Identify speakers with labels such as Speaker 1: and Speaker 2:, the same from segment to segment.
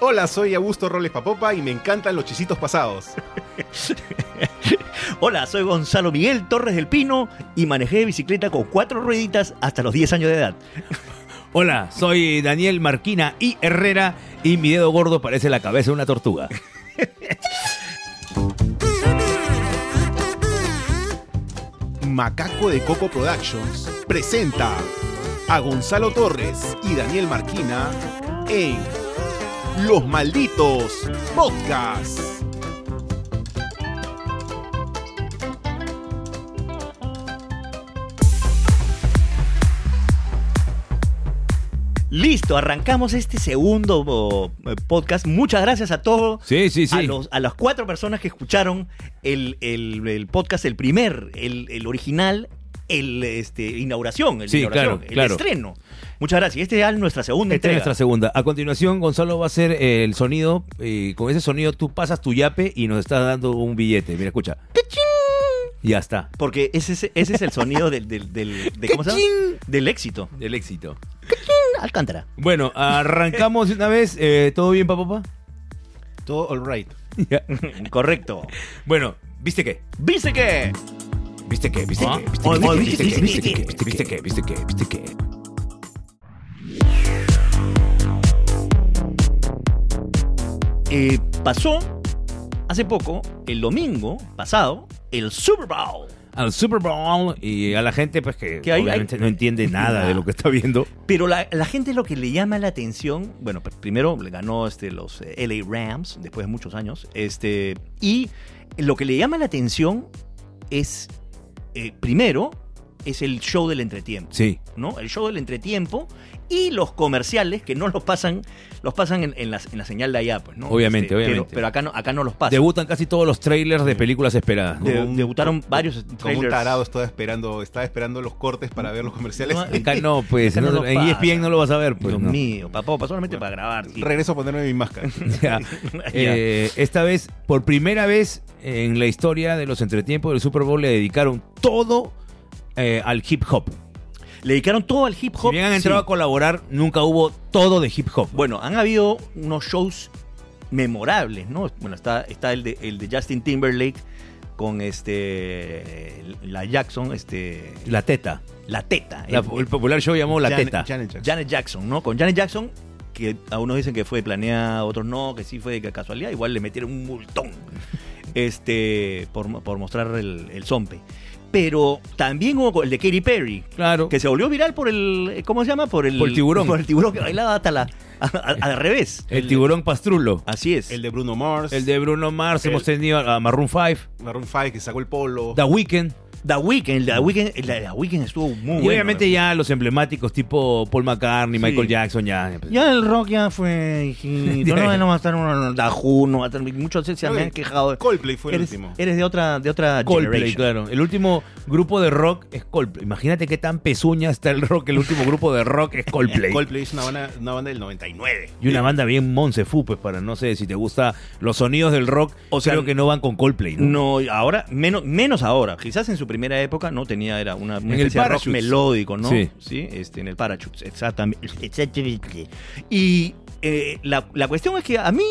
Speaker 1: Hola, soy Augusto Roles Papopa y me encantan los chisitos pasados.
Speaker 2: Hola, soy Gonzalo Miguel Torres del Pino y manejé bicicleta con cuatro rueditas hasta los 10 años de edad.
Speaker 3: Hola, soy Daniel Marquina y Herrera y mi dedo gordo parece la cabeza de una tortuga.
Speaker 1: Macaco de Coco Productions presenta a Gonzalo Torres y Daniel Marquina en Los Malditos Podcast.
Speaker 2: Listo, arrancamos este segundo oh, podcast. Muchas gracias a todos.
Speaker 3: Sí, sí, sí.
Speaker 2: A, los- a las cuatro personas que escucharon el, el- el podcast, el primer, el, el original, el este, inauguración, el,
Speaker 3: Sí,
Speaker 2: inauguración,
Speaker 3: claro,
Speaker 2: el
Speaker 3: claro.
Speaker 2: estreno. Muchas gracias. Esta es nuestra segunda
Speaker 3: Esta es
Speaker 2: entrega.
Speaker 3: nuestra segunda. A continuación, Gonzalo va a hacer eh, el sonido. Y con ese sonido tú pasas tu yape y nos estás dando un billete. Mira, escucha. Ya está.
Speaker 2: Porque ese es, ese es el sonido del, del, del- de- ¿cómo se llama? del éxito.
Speaker 3: El éxito.
Speaker 2: Alcántara.
Speaker 3: Bueno, arrancamos de una vez. Eh, ¿Todo bien, papá?
Speaker 1: Todo all right.
Speaker 2: Correcto.
Speaker 3: Bueno, ¿viste qué?
Speaker 2: Dice que.
Speaker 3: ¿Viste qué? ¿Viste
Speaker 2: ¿Ah?
Speaker 3: qué?
Speaker 2: Oh, oh,
Speaker 3: ¿Viste
Speaker 2: viste,
Speaker 3: qué? ¿Viste
Speaker 2: viste,
Speaker 3: qué? ¿Viste qué? ¿Viste qué? ¿Viste qué?
Speaker 2: eh, pasó hace poco, el domingo pasado, el Super Bowl.
Speaker 3: Al Super Bowl y a la gente pues que,
Speaker 2: Que ahí-
Speaker 3: obviamente
Speaker 2: ahí-
Speaker 3: no entiende nada de lo que está viendo.
Speaker 2: Pero la, la gente lo que le llama la atención, bueno, pr- primero le ganó este, los eh, LA Rams después de muchos años, este, y lo que le llama la atención es, eh, primero, es el show del entretiempo.
Speaker 3: Sí.
Speaker 2: ¿no? El show del entretiempo y los comerciales que no los pasan, los pasan en, en la, en la señal de allá, pues, ¿no?
Speaker 3: Obviamente,
Speaker 2: pero-
Speaker 3: obviamente.
Speaker 2: Pero, acá no, acá no los pasan.
Speaker 3: Debutan casi todos los trailers de películas esperadas.
Speaker 2: De-
Speaker 3: ¿no?
Speaker 2: debutaron varios
Speaker 1: Como un
Speaker 2: trailers.
Speaker 1: tarado estaba esperando, estaba esperando los cortes para ver los comerciales.
Speaker 2: No,
Speaker 3: Acá no, pues.
Speaker 2: Acá no
Speaker 3: no-
Speaker 2: nos
Speaker 3: en
Speaker 2: pasa.
Speaker 3: ESPN no lo vas a ver, pues.
Speaker 2: Dios
Speaker 3: no.
Speaker 2: mío, papá, papá, solamente para grabar. tío.
Speaker 1: Regreso a ponerme mi máscara.
Speaker 3: Ya. Eh, esta vez, por primera vez en la historia de los entretiempos del Super Bowl, le dedicaron todo eh, al hip hop.
Speaker 2: Le dedicaron todo al hip
Speaker 3: Si
Speaker 2: hop.
Speaker 3: bien han entrado
Speaker 2: sí.
Speaker 3: a colaborar, nunca hubo todo de hip hop.
Speaker 2: Bueno, han habido unos shows memorables, ¿no? Bueno, está, está el, de, el de Justin Timberlake con este la Jackson, este
Speaker 3: La teta.
Speaker 2: la teta,
Speaker 3: La-
Speaker 2: el-
Speaker 3: el popular show llamó La
Speaker 1: Janet-
Speaker 3: Teta.
Speaker 1: Janet Jackson.
Speaker 2: Janet Jackson, ¿no? Con Janet Jackson, que a unos dicen que fue planeada, a otros no, que sí fue de casualidad, igual le metieron un multón este, por, por mostrar el, el zompe. Pero también hubo el de Katy Perry,
Speaker 3: Claro.
Speaker 2: que se volvió viral por el, ¿cómo se llama? Por el,
Speaker 3: Por el tiburón.
Speaker 2: Por el tiburón que bailaba hasta la, a- a- al revés.
Speaker 3: el tiburón pastrulo.
Speaker 2: Así es.
Speaker 1: El de Bruno Mars.
Speaker 3: El de Bruno Mars, hemos tenido a a Maroon 5,
Speaker 1: Maroon 5 que sacó el polo.
Speaker 3: The Weeknd.
Speaker 2: The Weeknd, el de The Weeknd, el de The Weeknd estuvo muy
Speaker 3: y
Speaker 2: bueno.
Speaker 3: obviamente ya los emblemáticos tipo Paul McCartney,
Speaker 2: Sí.
Speaker 3: Michael Jackson, ya. pues,
Speaker 2: Ya el rock ya fue, hijito, no, no va a estar uno, Daju, no va a estar, muchos se
Speaker 1: Creo
Speaker 2: me
Speaker 1: que
Speaker 2: han quejado.
Speaker 1: Coldplay fue el
Speaker 2: eres,
Speaker 1: último.
Speaker 2: eres de otra, de otra
Speaker 3: Coldplay,
Speaker 2: generation.
Speaker 3: claro. El último grupo de rock es Coldplay. Imagínate qué tan pezuña está el rock. El último grupo de rock es Coldplay.
Speaker 1: Coldplay es una banda, una banda del 99.
Speaker 3: y una banda bien Monsefu, pues para no sé si te gusta los sonidos del rock.
Speaker 2: O sea,
Speaker 3: creo que no van con Coldplay. ¿no?
Speaker 2: No, ahora, menos, menos ahora. Quizás en su primera época no tenía, era una, una
Speaker 3: En el
Speaker 2: especie de rock
Speaker 3: Parachutes.
Speaker 2: melódico, ¿no?
Speaker 3: Sí.
Speaker 2: este, en el Parachutes, exactamente. exactamente. Y eh, la, la cuestión es que a mí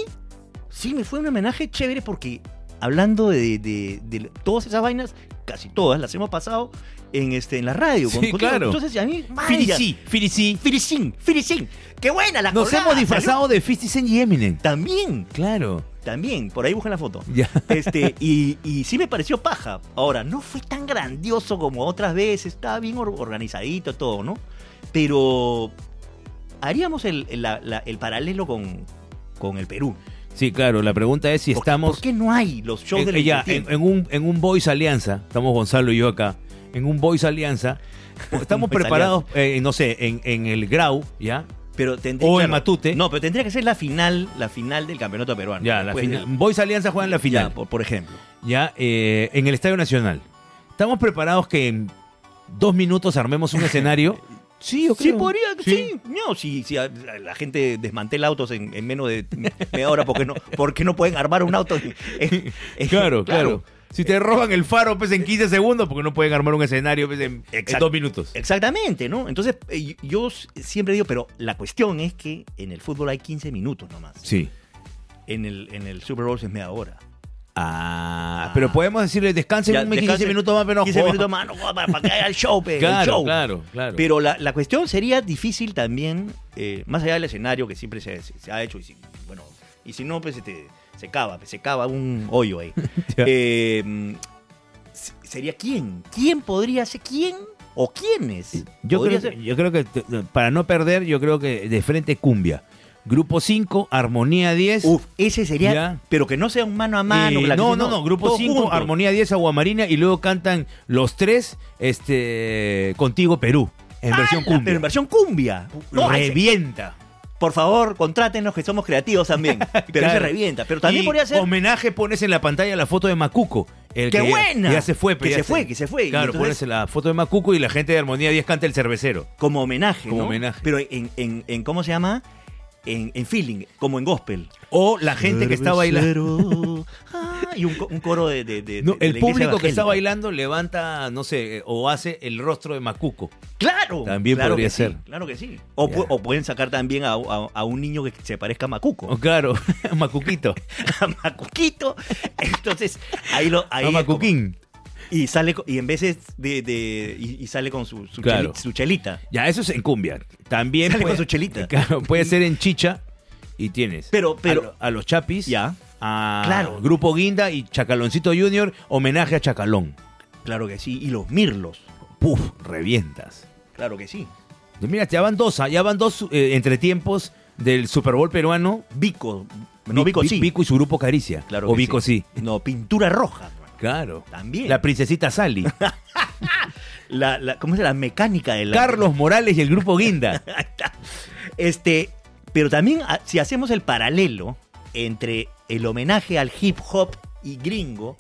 Speaker 2: sí me fue un homenaje chévere porque hablando de, de- de todas esas vainas, casi todas las hemos pasado en, este, en la radio.
Speaker 3: Sí, claro.
Speaker 2: Entonces a mí, vaya,
Speaker 3: Firici, Firici.
Speaker 2: Filicín, Filicín, qué buena la
Speaker 3: Nos
Speaker 2: colada,
Speaker 3: hemos disfrazado de 50 Cent y Eminem.
Speaker 2: salió. También,
Speaker 3: Claro.
Speaker 2: también, por ahí buscan la foto.
Speaker 3: Ya.
Speaker 2: Este, y, y sí me pareció paja. Ahora, no fue tan grandioso como otras veces, estaba bien or- organizadito todo, ¿no? Pero haríamos el, el- la- la- el paralelo con, con el Perú.
Speaker 3: Sí, claro. La pregunta es si
Speaker 2: ¿Por-
Speaker 3: estamos.
Speaker 2: ¿Por qué no hay los shows
Speaker 3: en,
Speaker 2: del
Speaker 3: ya, en,
Speaker 2: entretiempo?
Speaker 3: en un, en un Boys Alianza, estamos Gonzalo y yo acá, en un Boys Alianza, estamos
Speaker 2: Boys
Speaker 3: preparados, eh, no sé, en, en el Grau, ¿ya?
Speaker 2: pero tendría,
Speaker 3: o en Matute.
Speaker 2: No, pero tendría que ser la final, la final del campeonato peruano.
Speaker 3: Ya, la
Speaker 2: Después
Speaker 3: final.
Speaker 2: del-
Speaker 3: Boys Alianza juega en la final,
Speaker 2: Pues, Ya, pues. por, por ejemplo.
Speaker 3: ya, eh, en el Estadio Nacional. ¿Estamos preparados que en dos minutos armemos un escenario? sí, yo
Speaker 2: Sí,
Speaker 3: creo.
Speaker 2: podría, sí. No, si, si a- la la gente desmantela autos en, en menos de media hora, porque no, porque no pueden armar un auto? en- en- en-
Speaker 3: Claro, claro, Si te roban el faro, pues en 15 segundos, porque no pueden armar un escenario pues, en, en
Speaker 2: Exacto.
Speaker 3: dos minutos.
Speaker 2: Exactamente, ¿no? Entonces, eh, yo yo s- siempre digo, pero la cuestión es que en el fútbol hay 15 minutos nomás.
Speaker 3: Sí.
Speaker 2: en el, en el Super Bowl es media hora.
Speaker 3: Ah, pero podemos decirle, descansen
Speaker 2: Ya,
Speaker 3: un 15
Speaker 2: descansen
Speaker 3: minutos más, pero no
Speaker 2: 15
Speaker 3: jodan.
Speaker 2: minutos más, no joda, para, para que haya el show, pe, el
Speaker 3: Claro,
Speaker 2: show.
Speaker 3: claro, claro.
Speaker 2: Pero la, la cuestión sería difícil también, eh, más allá del escenario que siempre se, se- se ha hecho, y si, bueno, y si no, pues se, te- se cava, pues, se cava un hoyo ahí.
Speaker 3: Ya.
Speaker 2: Eh, mm, se- ¿Sería quién? ¿Quién podría ser quién? ¿O quiénes?
Speaker 3: Yo
Speaker 2: Podría
Speaker 3: creo,
Speaker 2: ser-
Speaker 3: que- yo creo que t- para no perder, yo creo que de frente cumbia. Grupo 5, Armonía 10.
Speaker 2: Uf, ese sería,
Speaker 3: Ya.
Speaker 2: pero que no sea un mano a mano.
Speaker 3: eh,
Speaker 2: la
Speaker 3: no,
Speaker 2: cuestión,
Speaker 3: no, no, Grupo
Speaker 2: todos
Speaker 3: 5,
Speaker 2: juntos.
Speaker 3: Armonía 10, Aguamarina y luego cantan los tres este Contigo Perú en versión
Speaker 2: ¡Hala!
Speaker 3: cumbia.
Speaker 2: Pero Ah, en versión cumbia. No, ese-
Speaker 3: revienta.
Speaker 2: por favor, contrátenos que somos creativos también. Pero
Speaker 3: Claro.
Speaker 2: ese revienta. Pero también
Speaker 3: Y
Speaker 2: podría ser.
Speaker 3: homenaje pones en la pantalla la foto de Macuco. El
Speaker 2: ¡Qué
Speaker 3: que ya-
Speaker 2: buena!
Speaker 3: Ya, se fue,
Speaker 2: Que
Speaker 3: ya
Speaker 2: se fue, que se fue. Y
Speaker 3: Claro,
Speaker 2: entonces-
Speaker 3: pones la foto de Macuco y la gente de Armonía 10 canta el cervecero.
Speaker 2: Como homenaje.
Speaker 3: Como
Speaker 2: ¿no?
Speaker 3: homenaje.
Speaker 2: Pero en, en, en- ¿cómo se llama? En, en feeling, como en gospel.
Speaker 3: O la gente que está bailando.
Speaker 2: Cervecero. Ah, y un, co- un coro de. de- de-
Speaker 3: No,
Speaker 2: de- de la
Speaker 3: el
Speaker 2: iglesia
Speaker 3: público que está
Speaker 2: evangélica.
Speaker 3: bailando levanta, no sé, o hace el rostro de Macuco.
Speaker 2: Claro.
Speaker 3: También
Speaker 2: claro
Speaker 3: podría
Speaker 2: que sí,
Speaker 3: ser.
Speaker 2: claro que sí. O, pu-
Speaker 3: Ya.
Speaker 2: o pueden sacar también a, a- a un niño que se parezca a Macuco.
Speaker 3: Oh, claro, Macuquito.
Speaker 2: A Macuquito. Entonces, ahí lo. Ahí
Speaker 3: No,
Speaker 2: es como-
Speaker 3: Macuquín.
Speaker 2: y sale co- y en veces de, de- y, y sale con su, su,
Speaker 3: Claro.
Speaker 2: cheli- su chelita.
Speaker 3: Ya, eso es en cumbia. También
Speaker 2: Sale
Speaker 3: puede,
Speaker 2: con su chelita.
Speaker 3: Claro, puede ser en chicha y tienes
Speaker 2: Pero- pero-
Speaker 3: a, lo- a los chapis,
Speaker 2: Ya.
Speaker 3: a
Speaker 2: Claro.
Speaker 3: Grupo Guinda y Chacaloncito Junior, homenaje a Chacalón.
Speaker 2: Claro que sí. Y los mirlos.
Speaker 3: Puf, revientas.
Speaker 2: Claro que sí.
Speaker 3: Mira, ya van dos, ah, ya van dos eh, entretiempos del Super Bowl peruano.
Speaker 2: Vico. No,
Speaker 3: Vi-
Speaker 2: Vico
Speaker 3: Vi-
Speaker 2: sí.
Speaker 3: Vico y su grupo Caricia.
Speaker 2: Claro
Speaker 3: o
Speaker 2: que
Speaker 3: Vico sí.
Speaker 2: No, pintura roja.
Speaker 3: Claro.
Speaker 2: También.
Speaker 3: La princesita Sally.
Speaker 2: La, la- ¿Cómo es la mecánica de la.
Speaker 3: Carlos Morales y el grupo Guinda.
Speaker 2: Este, pero también ah, si hacemos el paralelo entre el homenaje al hip hop y gringo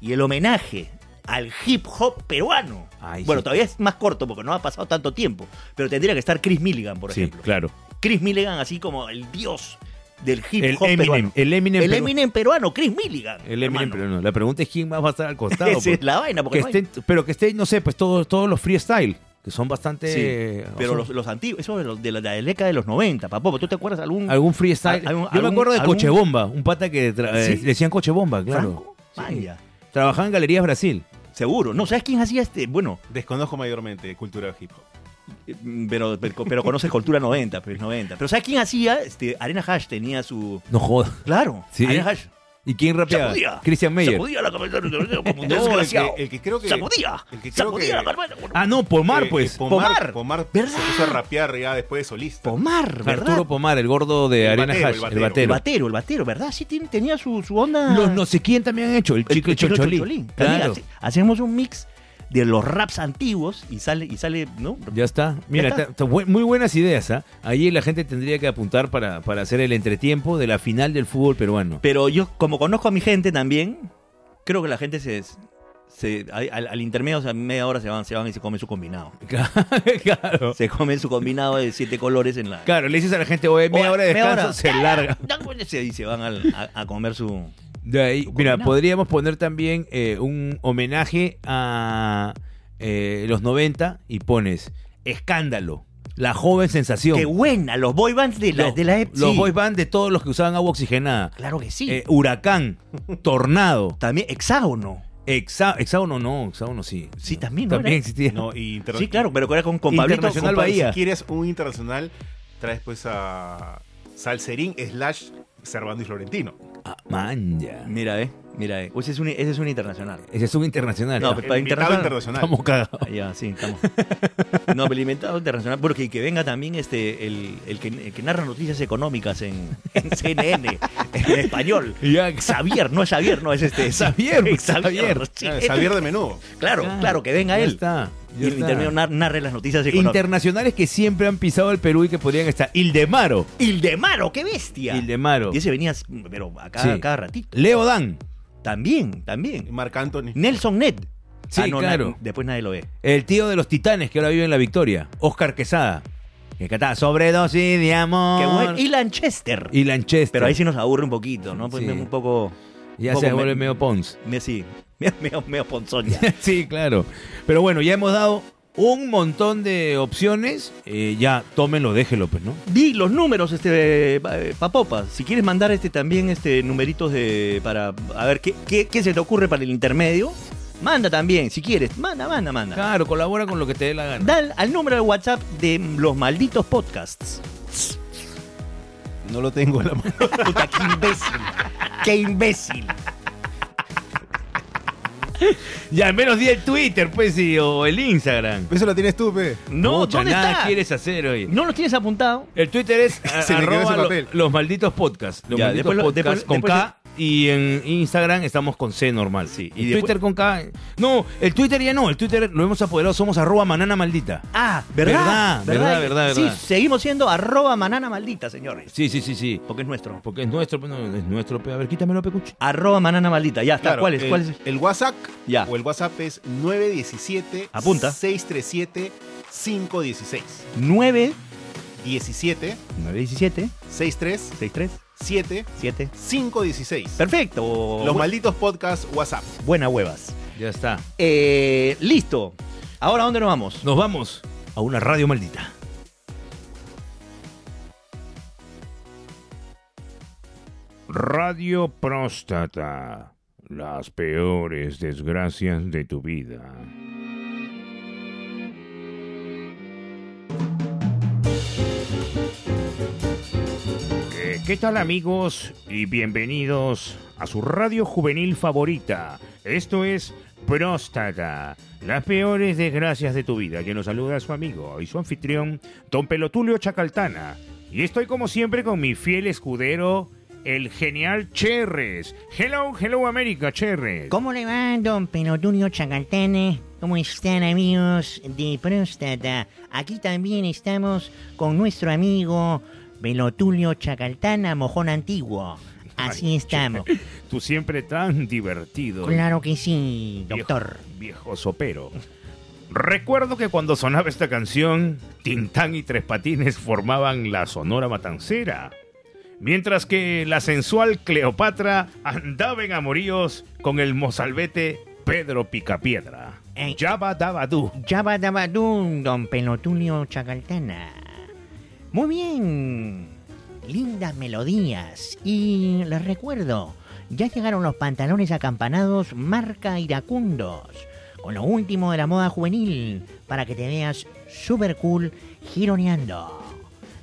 Speaker 2: y el homenaje al hip hop peruano.
Speaker 3: Ay,
Speaker 2: bueno,
Speaker 3: sí.
Speaker 2: todavía es más corto porque no ha pasado tanto tiempo, pero tendría que estar Chris Milligan, por
Speaker 3: Sí,
Speaker 2: ejemplo.
Speaker 3: claro.
Speaker 2: Chris Milligan así como el dios del hip
Speaker 3: El
Speaker 2: hop
Speaker 3: Eminem,
Speaker 2: peruano.
Speaker 3: el Eminem
Speaker 2: El
Speaker 3: peru-
Speaker 2: Eminem peruano, Chris Milligan.
Speaker 3: El Eminem
Speaker 2: hermano.
Speaker 3: peruano. La pregunta es quién más va a estar al costado.
Speaker 2: Esa es
Speaker 3: porque-
Speaker 2: la vaina, porque
Speaker 3: que
Speaker 2: no hay-
Speaker 3: estén, pero que estén, no sé, pues todos todos los freestyle, que son bastante...
Speaker 2: Sí,
Speaker 3: eh,
Speaker 2: pero
Speaker 3: son-
Speaker 2: los, los antiguos, eso de, los- de la, de la década de los 90, papo, ¿tú te acuerdas algún
Speaker 3: Algún freestyle.
Speaker 2: Algún-
Speaker 3: Yo me
Speaker 2: algún-
Speaker 3: acuerdo de
Speaker 2: algún-
Speaker 3: Cochebomba, un pata que tra- eh,
Speaker 2: ¿Sí?
Speaker 3: le decían Cochebomba, claro.
Speaker 2: franco? Vaya.
Speaker 3: Trabajaba en Galerías Brasil.
Speaker 2: Seguro. No, ¿sabes quién hacía este? Bueno,
Speaker 1: Desconozco mayormente cultura hip hop.
Speaker 2: eh, pero, pero, pero conoces Cultura 90, pues 90. Pero ¿sabes quién hacía? Este, Arena Hash tenía su...
Speaker 3: No jodas.
Speaker 2: Claro,
Speaker 3: Sí.
Speaker 2: Arena Hash.
Speaker 3: ¿Y quién rapeaba?
Speaker 2: Sacudía.
Speaker 3: Cristian Meyer.
Speaker 2: Sacudía la cabeza como un
Speaker 1: No, el que-
Speaker 2: desgraciado.
Speaker 1: el que creo que-
Speaker 2: Sacudía.
Speaker 1: el que creo
Speaker 2: sacudía
Speaker 1: que-
Speaker 2: la cabeza.
Speaker 3: Ah, no, Pomar,
Speaker 1: Eh,
Speaker 3: pues.
Speaker 1: eh, Pomar.
Speaker 2: Pomar.
Speaker 1: Pomar
Speaker 2: ¿Verdad?
Speaker 1: se puso a rapear ya después de solista.
Speaker 2: Pomar, ¿verdad?
Speaker 3: Arturo Pomar, el gordo de
Speaker 1: El
Speaker 3: Arena
Speaker 1: batero, el
Speaker 3: Hash, el
Speaker 1: batero.
Speaker 2: el
Speaker 3: batero.
Speaker 2: batero, el batero, ¿verdad? Sí tiene- tenía su, su onda...
Speaker 3: Los no sé quién también han hecho, el
Speaker 2: el-
Speaker 3: chicle
Speaker 2: el Cholo
Speaker 3: Chocholín.
Speaker 2: Chocholín. También
Speaker 3: Claro.
Speaker 2: hace- Hacemos un mix de los raps antiguos y sale, y sale ¿no?
Speaker 3: Ya está. Mira,
Speaker 2: está.
Speaker 3: está- está bu- muy buenas ideas, ¿ah? Allí la gente tendría que apuntar para, para hacer el entretiempo de la final del fútbol peruano.
Speaker 2: Pero yo, como conozco a mi gente también, creo que la gente se. se- al, al- al intermedio, o sea, media hora se van, se van y se comen su combinado.
Speaker 3: claro.
Speaker 2: Se comen su combinado de siete colores en la.
Speaker 3: Claro, le dices a la gente, oye, media
Speaker 2: Oye,
Speaker 3: hora de
Speaker 2: media
Speaker 3: descanso,
Speaker 2: hora.
Speaker 3: se larga.
Speaker 2: Se- Y se van al- a, a comer su.
Speaker 3: De ahí, mira,
Speaker 2: combinado.
Speaker 3: podríamos poner también eh, un homenaje a eh, los 90 y pones Escándalo, la joven sensación.
Speaker 2: ¡Qué buena! Los boy bands de la,
Speaker 3: los,
Speaker 2: de la ep-
Speaker 3: los
Speaker 2: sí.
Speaker 3: boy band de todos los que usaban agua oxigenada.
Speaker 2: Claro que sí.
Speaker 3: Eh, huracán, tornado,
Speaker 2: también hexágono.
Speaker 3: Hexa- hexágono no, hexágono sí.
Speaker 2: Sí, también, ¿no?
Speaker 3: También
Speaker 2: Era-
Speaker 3: existía.
Speaker 1: No, y inter-
Speaker 2: Sí, claro, pero era con, con Pablito.
Speaker 3: Internacional
Speaker 2: con Pablo-
Speaker 3: Bahía.
Speaker 1: Si quieres un internacional, traes pues a Salserín slash Servando y Florentino.
Speaker 3: Ah, man, ya.
Speaker 2: Mira, eh. Mira, eh. Ese es un, ese es un internacional.
Speaker 3: Ese es un internacional.
Speaker 2: No,
Speaker 3: Ah,
Speaker 2: pero-
Speaker 1: El invitado internacional.
Speaker 2: internacional.
Speaker 3: Estamos cagados.
Speaker 2: Ah, Ya, sí, estamos. No, pero inventado internacional. Bueno, que, que venga también este el, el que, el que narra noticias económicas en, en CNN, en español.
Speaker 3: Ya,
Speaker 2: Xavier, no es Xavier, no es este. es-
Speaker 3: Xavier,
Speaker 2: es
Speaker 3: Xavier.
Speaker 2: sí,
Speaker 1: Ah,
Speaker 2: es-
Speaker 1: Xavier de menudo.
Speaker 2: Claro,
Speaker 3: ya.
Speaker 2: claro, que venga
Speaker 3: Ya
Speaker 2: él.
Speaker 3: está,
Speaker 2: y
Speaker 3: ya
Speaker 2: el
Speaker 3: está.
Speaker 2: intermedio nar- narre las noticias económicas.
Speaker 3: Internacionales que siempre han pisado el Perú y que podrían estar. Ildemaro.
Speaker 2: Ildemaro, qué bestia.
Speaker 3: Ildemaro.
Speaker 2: Y ese venía, pero acá,
Speaker 3: Sí.
Speaker 2: cada ratito.
Speaker 3: Leo Dan.
Speaker 2: También, también.
Speaker 1: Marc Anthony.
Speaker 2: Nelson Ned.
Speaker 3: Sí,
Speaker 2: Ah, no,
Speaker 3: claro.
Speaker 2: na- después nadie lo ve.
Speaker 3: El tío de los titanes que ahora vive en la Victoria. Oscar Quesada. Que cantaba sobredosis de amor.
Speaker 2: Qué bueno. Y Lanchester.
Speaker 3: Y Lanchester.
Speaker 2: Pero ahí sí nos aburre un poquito, ¿no? Pues
Speaker 3: Sí.
Speaker 2: un poco.
Speaker 3: ya
Speaker 2: un
Speaker 3: se
Speaker 2: poco
Speaker 3: vuelve
Speaker 2: me-
Speaker 3: medio Pons.
Speaker 2: Me, sí, medio, medio ponzón ya.
Speaker 3: sí, claro. Pero bueno, ya hemos dado un montón de opciones, eh, ya tómenlo, déjelo, pues, ¿no?
Speaker 2: Di los números, este eh, Papopa. Si quieres mandar este también este numeritos de para a ver qué, qué, qué se te ocurre para el intermedio, manda también, si quieres, manda, manda, manda.
Speaker 3: Claro, colabora con lo que te dé la gana.
Speaker 2: Da al- al número de WhatsApp de los malditos podcasts.
Speaker 1: No lo tengo en la mano.
Speaker 2: Puta, qué imbécil. Qué imbécil.
Speaker 3: Ya, al menos di el Twitter, pues, y, o el Instagram.
Speaker 1: Eso lo tienes tú, pe.
Speaker 2: No,
Speaker 3: Mucha,
Speaker 2: ¿dónde
Speaker 3: nada
Speaker 2: está?
Speaker 3: quieres hacer hoy.
Speaker 2: ¿No lo tienes apuntado?
Speaker 3: El Twitter es a-
Speaker 1: Se le quedó
Speaker 3: arroba
Speaker 1: ese
Speaker 3: lo-
Speaker 1: papel.
Speaker 3: los malditos podcasts. Los
Speaker 2: Ya,
Speaker 3: malditos
Speaker 2: después lo-
Speaker 3: podcasts
Speaker 2: después-
Speaker 3: con
Speaker 2: después
Speaker 3: K. Y en Instagram estamos con C normal, sí. Y
Speaker 2: Y después-
Speaker 3: Twitter con K. eh. No, el Twitter ya no. El Twitter lo hemos apoderado. Somos arroba manana maldita.
Speaker 2: Ah, ¿verdad?
Speaker 3: Verdad, verdad, verdad, verdad.
Speaker 2: Sí, seguimos siendo arroba manana maldita, señores.
Speaker 3: Sí, sí, sí, sí.
Speaker 2: Porque es nuestro.
Speaker 3: Porque es nuestro, pues, no, es nuestro. pe- A ver, quítamelo, Pecucho.
Speaker 2: Arroba manana maldita. Ya está.
Speaker 1: Claro,
Speaker 2: ¿Cuál es?
Speaker 3: eh,
Speaker 1: el,
Speaker 2: ¿Cuál es?
Speaker 1: El WhatsApp.
Speaker 2: Ya.
Speaker 1: O el WhatsApp es 917.
Speaker 2: Apunta.
Speaker 1: 637 516.
Speaker 2: 9,
Speaker 1: 17
Speaker 2: 9, 17,
Speaker 1: 63
Speaker 2: 6, 3,
Speaker 1: 7
Speaker 2: 7.
Speaker 1: 516.
Speaker 2: Perfecto.
Speaker 1: Los malditos podcasts WhatsApp.
Speaker 2: Buenas huevas.
Speaker 3: Ya está.
Speaker 2: Eh, listo. Ahora, ¿dónde nos vamos?
Speaker 3: Nos vamos a una radio maldita. Radio Próstata. Las peores desgracias de tu vida. Eh, ¿Qué tal amigos? Y bienvenidos a su radio juvenil favorita. Esto es Próstata, las peores desgracias de tu vida, que nos saluda su amigo y su anfitrión, don Pelotulio Chacaltana. Y estoy como siempre con mi fiel escudero, el genial Cherres. Hello, hello América, Cherres.
Speaker 4: ¿Cómo le va, don Pelotulio Chacaltana? ¿Cómo están, amigos de próstata? Aquí también estamos con nuestro amigo Pelotulio Chacaltana, mojón antiguo. Ah, Así estamos.
Speaker 3: Tú siempre tan divertido.
Speaker 4: Claro que sí, doctor.
Speaker 3: Viejo, viejo sopero. Recuerdo que cuando sonaba esta canción, Tintán y Tres Patines formaban la Sonora Matancera. Mientras que la sensual Cleopatra andaba en amoríos con el mozalbete Pedro Picapiedra.
Speaker 4: Ey.
Speaker 3: Yaba Dabadú.
Speaker 4: Yaba dabadú, don Pelotulio Chacaltana. Muy bien. Lindas melodías. Y les recuerdo, ya llegaron los pantalones acampanados marca Iracundos. Con lo último de la moda juvenil, para que te veas super cool gironeando.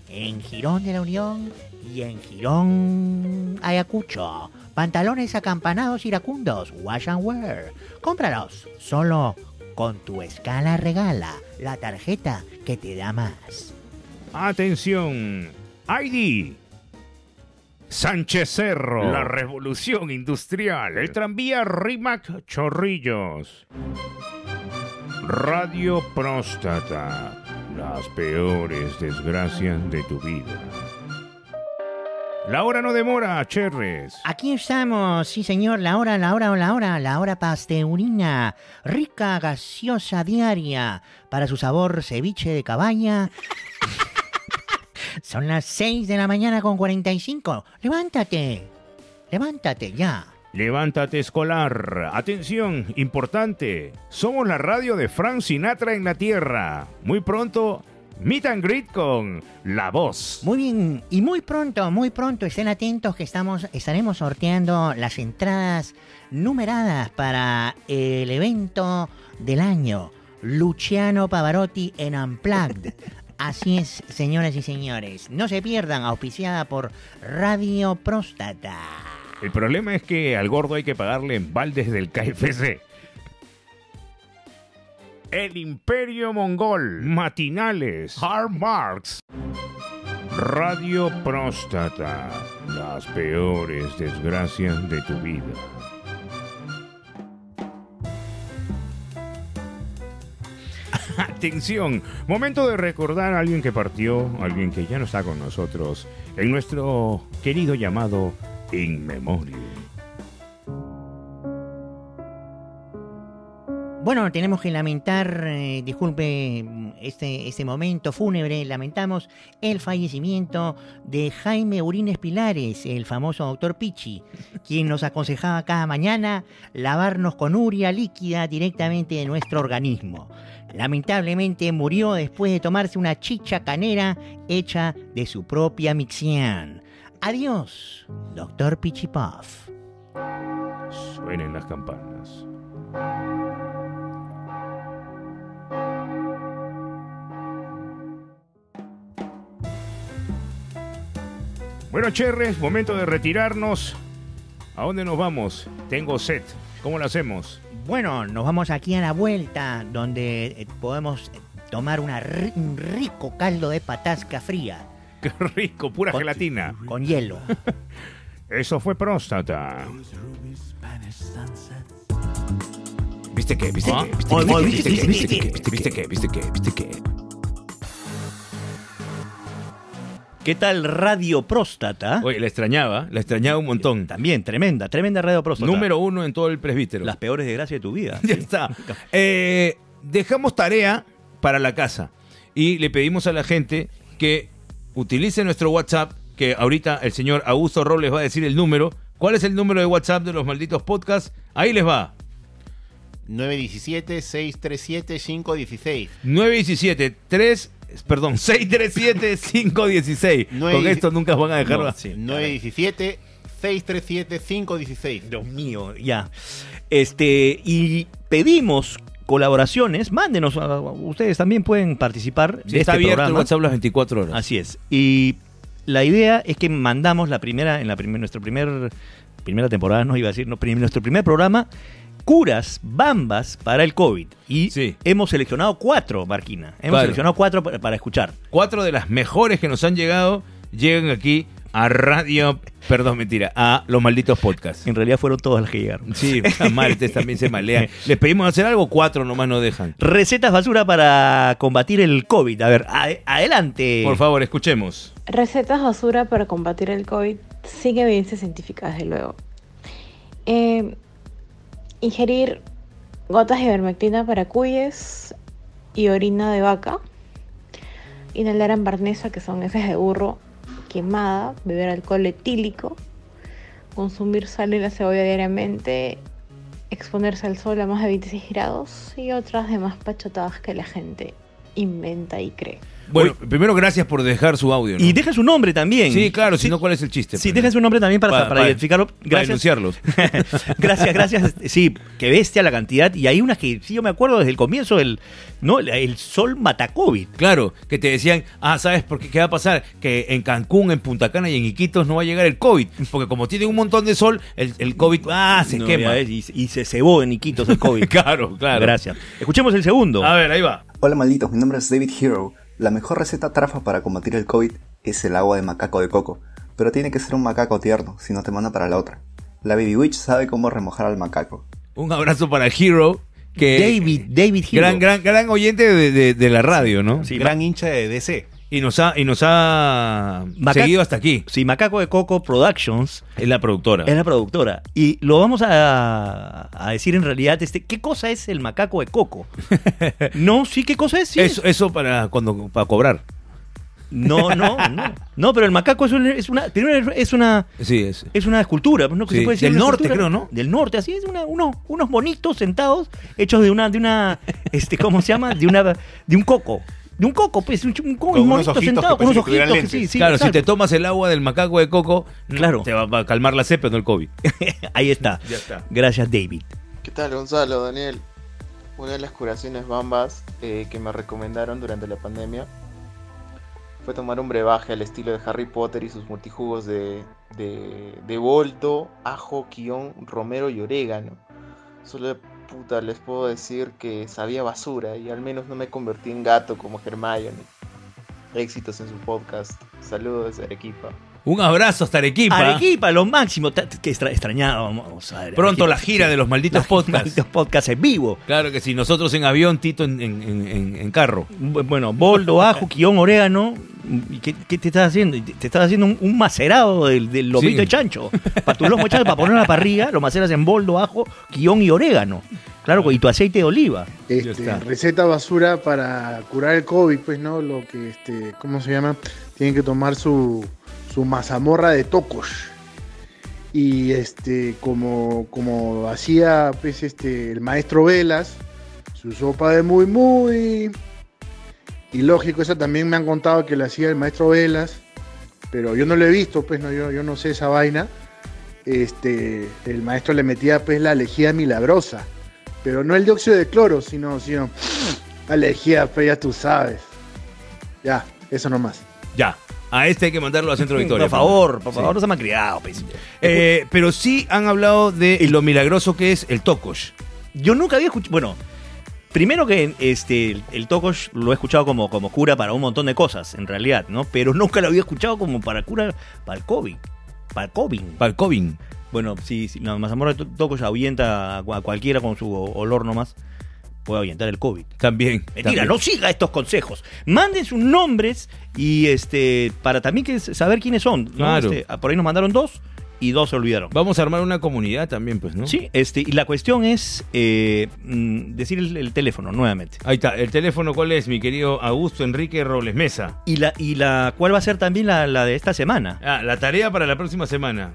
Speaker 4: En Girón de la Unión y en Girón Ayacucho. Pantalones acampanados iracundos, wash and wear. Cómpralos solo con tu escala regala, la tarjeta que te da más.
Speaker 5: Atención. ID. Sánchez Cerro.
Speaker 3: La revolución industrial.
Speaker 5: El tranvía Rimac Chorrillos. Radio Próstata. Las peores desgracias de tu vida. La hora no demora, Cherres.
Speaker 4: Aquí estamos, sí señor, la hora, la hora, la hora, la hora pasteurina, rica gaseosa diaria, para su sabor ceviche de cabaña. Son las 6 de la mañana con 45. Levántate, levántate ya.
Speaker 5: Levántate escolar. Atención, importante. Somos la radio de Frank Sinatra en la Tierra. Muy pronto, meet and greet con La Voz.
Speaker 4: Muy bien, y muy pronto, muy pronto, estén atentos que estamos, estaremos sorteando las entradas numeradas para el evento del año, Luciano Pavarotti en Unplugged. Así es, señoras y señores, no se pierdan, auspiciada por Radio Próstata.
Speaker 5: El problema es que al gordo hay que pagarle en baldes del KFC. El Imperio Mongol. Matinales. Hard Marks. Radio Próstata. Las peores desgracias de tu vida. Atención, momento de recordar a alguien que partió, alguien que ya no está con nosotros, en nuestro querido llamado In Memoriam.
Speaker 4: Bueno, tenemos que lamentar, eh, disculpe mm, este, este momento fúnebre, lamentamos el fallecimiento de Jaime Urines Pilares, el famoso doctor Pichi, quien nos aconsejaba cada mañana lavarnos con urea líquida directamente de nuestro organismo. Lamentablemente murió después de tomarse una chicha canera hecha de su propia micción. Adiós, doctor Pichipoff.
Speaker 3: Suenen las campanas.
Speaker 6: Bueno, Cherres, momento de retirarnos. ¿A dónde nos vamos? Tengo set. ¿Cómo lo hacemos?
Speaker 4: Bueno, nos vamos aquí a la vuelta, donde eh, podemos eh, tomar una ri- un rico caldo de patasca fría
Speaker 6: Qué rico, pura
Speaker 4: Con-
Speaker 6: gelatina.
Speaker 4: con hielo.
Speaker 6: Eso fue próstata.
Speaker 7: ¿Viste qué? ¿Viste
Speaker 6: ¿Ah?
Speaker 7: qué? ¿Viste
Speaker 2: Oh,
Speaker 7: qué?
Speaker 2: oh,
Speaker 7: ¿Viste qué? ¿Viste
Speaker 2: ¿viste
Speaker 7: qué?
Speaker 2: qué?
Speaker 7: ¿Viste ¿Viste qué? ¿Viste qué? ¿Viste qué?
Speaker 2: ¿Qué tal Radio Próstata?
Speaker 3: Oye, la extrañaba, la extrañaba un montón.
Speaker 2: También, tremenda, tremenda Radio Próstata.
Speaker 3: Número uno en todo el presbítero.
Speaker 2: Las peores desgracias de tu vida.
Speaker 3: Ya está. Eh, dejamos tarea para la casa y le pedimos a la gente que utilice nuestro WhatsApp, que ahorita el señor Augusto Robles va a decir el número. ¿Cuál es el número de WhatsApp de los malditos podcasts? Ahí les va.
Speaker 1: 917-637-516.
Speaker 3: 917 3 perdón, 637 516.
Speaker 1: Nueve-
Speaker 3: Con esto nunca van a dejar
Speaker 2: No,
Speaker 3: la-
Speaker 2: sí, caray.
Speaker 1: 917-637-516.
Speaker 2: Dios mío, ya. Este, y pedimos colaboraciones, mándenos, a- a- ustedes también pueden participar
Speaker 3: Sí,
Speaker 2: de
Speaker 3: está
Speaker 2: este
Speaker 3: abierto
Speaker 2: programa.
Speaker 3: el WhatsApp las 24 horas.
Speaker 2: Así es. Y la idea es que mandamos la primera, en la primer- nuestra primer, primera temporada, no iba a decir, no, prim- nuestro primer programa, curas, bambas para el COVID. Y
Speaker 3: Sí.
Speaker 2: hemos seleccionado cuatro, Marquina. Hemos
Speaker 3: Claro.
Speaker 2: seleccionado cuatro para, para escuchar.
Speaker 3: Cuatro de las mejores que nos han llegado llegan aquí a Radio, perdón, mentira, a los malditos podcasts.
Speaker 2: En realidad fueron todas las que llegaron.
Speaker 3: Sí, a martes también se malean. Les pedimos hacer algo, cuatro nomás nos dejan.
Speaker 2: Recetas basura para combatir el COVID. A ver, a- adelante.
Speaker 3: Por favor, escuchemos.
Speaker 8: Recetas basura para combatir el COVID sin evidencia científica, desde luego. Eh, ingerir gotas de ivermectina para cuyes y orina de vaca. Inhalar ambarnesa, que son heces de burro quemada. Beber alcohol etílico. Consumir sal y la cebolla diariamente. Exponerse al sol a más de 26 grados. Y otras demás pachotadas que la gente inventa y cree.
Speaker 3: Bueno, primero gracias por dejar su audio. ¿no?
Speaker 2: Y deja su nombre también.
Speaker 3: Sí, claro, si
Speaker 2: Sí,
Speaker 3: no, ¿cuál es el chiste?
Speaker 2: sí,
Speaker 3: pues,
Speaker 2: deja
Speaker 3: no?
Speaker 2: su nombre también para,
Speaker 3: Pa-
Speaker 2: para
Speaker 3: pa-
Speaker 2: identificarlo.
Speaker 3: Para
Speaker 2: Gracias.
Speaker 3: denunciarlos.
Speaker 2: gracias, gracias. Sí, qué bestia la cantidad. Y hay unas que sí yo me acuerdo desde el comienzo, el, ¿no? el sol mata COVID.
Speaker 3: Claro, que te decían, ah, ¿sabes por qué, qué va a pasar? Que en Cancún, en Punta Cana y en Iquitos no va a llegar el COVID. Porque como tiene un montón de sol, el, el COVID ah, se
Speaker 2: No, ya
Speaker 3: quema.
Speaker 2: ves, Y, y se cebó en Iquitos el COVID.
Speaker 3: Claro, claro.
Speaker 2: Gracias. Escuchemos el segundo.
Speaker 3: A ver, ahí va.
Speaker 9: Hola malditos, mi nombre es David Hero. La mejor receta trafa para combatir el COVID es el agua de macaco de coco, pero tiene que ser un macaco tierno, si no te manda para la otra. La Baby Witch sabe cómo remojar al macaco.
Speaker 3: Un abrazo para Hero, que
Speaker 2: David, David Hero.
Speaker 3: gran, gran, gran oyente de, de- de la radio, ¿no?
Speaker 2: Sí,
Speaker 1: Gran hincha de DC.
Speaker 3: Y nos ha, y nos ha
Speaker 2: Maca-
Speaker 3: seguido hasta aquí.
Speaker 2: Sí, Macaco de Coco Productions
Speaker 3: Es la productora.
Speaker 2: es la productora. Y lo vamos a, a decir en realidad, este, ¿qué cosa es el macaco de coco? no, sí, ¿qué cosa es? Sí,
Speaker 3: Eso, eso para cuando para cobrar.
Speaker 2: No, no, no. No, pero el macaco es, un- es una. Primero es una.
Speaker 3: Sí, es.
Speaker 2: Es una escultura, pues, ¿no? Que
Speaker 3: Sí,
Speaker 2: se puede decir
Speaker 3: del
Speaker 2: una
Speaker 3: norte,
Speaker 2: escultura.
Speaker 3: creo, ¿no?
Speaker 2: Del norte, así es, una- unos, unos bonitos sentados, hechos de una, de una, este, ¿cómo se llama? De una, de un coco, de un coco, pues, un, un,
Speaker 1: Con unos
Speaker 2: monito
Speaker 1: ojitos que
Speaker 2: sentado, con
Speaker 1: parecen
Speaker 2: unos
Speaker 1: que tuvieran
Speaker 2: ojitos, que sí,
Speaker 1: lentes.
Speaker 2: sí,
Speaker 3: claro, si
Speaker 2: exacto.
Speaker 3: te tomas el agua del macaco de coco,
Speaker 2: Claro.
Speaker 3: te va, va a calmar la cepa, no el COVID.
Speaker 2: Ahí está.
Speaker 3: Ya está.
Speaker 2: Gracias, David.
Speaker 10: ¿Qué tal, Gonzalo, Daniel? Una de las curaciones bambas eh, que me recomendaron durante la pandemia fue tomar un brebaje al estilo de Harry Potter y sus multijugos de, de, de boldo, ajo, quión, romero y orégano. Solo de puta les puedo decir que sabía basura y al menos no me convertí en gato como Hermione. Éxitos en su podcast. Saludos, Arequipa.
Speaker 3: Un abrazo hasta Arequipa.
Speaker 2: Arequipa, lo máximo, ta- que extra- extrañábamos. a
Speaker 3: Pronto
Speaker 2: Arequipa.
Speaker 3: la gira de los malditos
Speaker 2: Los
Speaker 3: podcasts.
Speaker 2: malditos podcasts en vivo.
Speaker 3: Claro que sí, nosotros en avión, Tito en, en- en- en- en carro.
Speaker 2: Bu- Bueno, boldo, ajo, guión, orégano. ¿Y ¿Qué, qué te estás haciendo? Te te estás haciendo un, un macerado del, del lomito
Speaker 3: Sí.
Speaker 2: de chancho. Para tu lomo de chancho, para poner en la parrilla, lo maceras en boldo, ajo, guión y orégano. Claro, y tu aceite de oliva.
Speaker 3: Ya
Speaker 11: Este,
Speaker 3: está.
Speaker 11: receta basura para curar el COVID, pues, ¿no? Lo que, este, ¿cómo se llama? Tienen que tomar su, su mazamorra de tocos. Y este, como, como hacía pues, este, el maestro Velas,
Speaker 10: su sopa de muy muy. Y lógico, esa también me han contado que la hacía el maestro Velas, pero yo no lo he visto, pues no, yo, yo no sé esa vaina. Este, el maestro le metía pues la lejía milagrosa, pero no el dióxido de cloro, sino, sino la lejía, pues ya tú sabes. Ya, eso nomás.
Speaker 5: Ya. A este hay que mandarlo a Centro Victoria.
Speaker 2: Por favor, por
Speaker 5: Sí.
Speaker 2: favor, no se me ha criado, pues.
Speaker 5: Eh, pero sí han hablado de lo milagroso que es el tocosh.
Speaker 2: Yo nunca había escuchado. Bueno, primero que este, el, el tocosh lo he escuchado como, como cura para un montón de cosas, en realidad, ¿no? Pero nunca lo había escuchado como para cura para el COVID. Para el COVID.
Speaker 5: Para el COVID.
Speaker 2: Bueno, sí, sí la mazamorra de to- tocosh ahuyenta a, cua- cualquiera con su o- olor nomás. Puede ahuyentar el COVID.
Speaker 5: También.
Speaker 2: Mentira,
Speaker 5: también.
Speaker 2: no siga estos consejos. Manden sus nombres y este para también que s- saber quiénes son. ¿no?
Speaker 5: Claro.
Speaker 2: Este, por ahí nos mandaron dos y dos se olvidaron.
Speaker 5: Vamos a armar una comunidad también, pues, ¿no?
Speaker 2: Sí, este, y la cuestión es eh, mm, decir el, el teléfono nuevamente.
Speaker 5: Ahí está. ¿El teléfono cuál es, mi querido Augusto Enrique Robles Mesa?
Speaker 2: Y la, y la cuál va a ser también la, la de esta semana.
Speaker 5: Ah, la tarea para la próxima semana.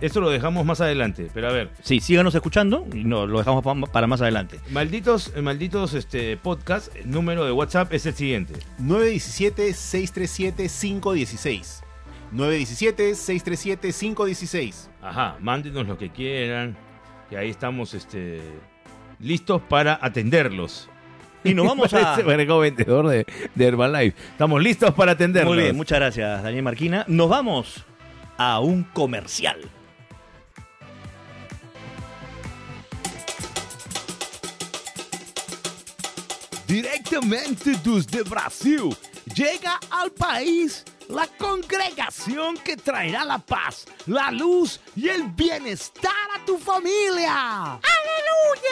Speaker 5: Esto lo dejamos más adelante, pero a ver.
Speaker 2: Sí, síganos escuchando y no, lo dejamos pa- para más adelante.
Speaker 5: Malditos, eh, malditos este podcast, el número de WhatsApp es el siguiente.
Speaker 1: 917-637-516. 917-637-516.
Speaker 5: Ajá, mándenos lo que quieran, que ahí estamos este, listos para atenderlos.
Speaker 2: Y nos vamos a-
Speaker 5: Parece vergo vendedor de, de Herbalife. Estamos listos para atenderlos.
Speaker 2: Muy bien, muchas gracias, Daniel Marquina. Nos vamos a un comercial.
Speaker 3: Directamente desde Brasil llega al país la congregación que traerá la paz, la luz y el bienestar a tu familia. ¡Aleluya!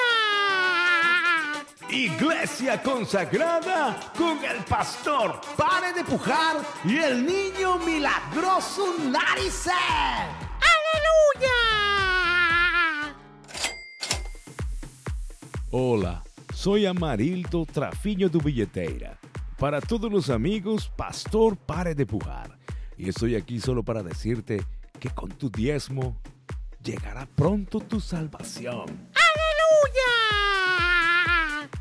Speaker 3: Iglesia consagrada con el pastor Pare de Pujar y el niño milagroso Narice. ¡Aleluya!
Speaker 4: Hola, soy Amarildo Trafiño de Billeteira. Para todos los amigos, Pastor Pare de Pujar. Y estoy aquí solo para decirte que con tu diezmo llegará pronto tu salvación.
Speaker 3: ¡Aleluya!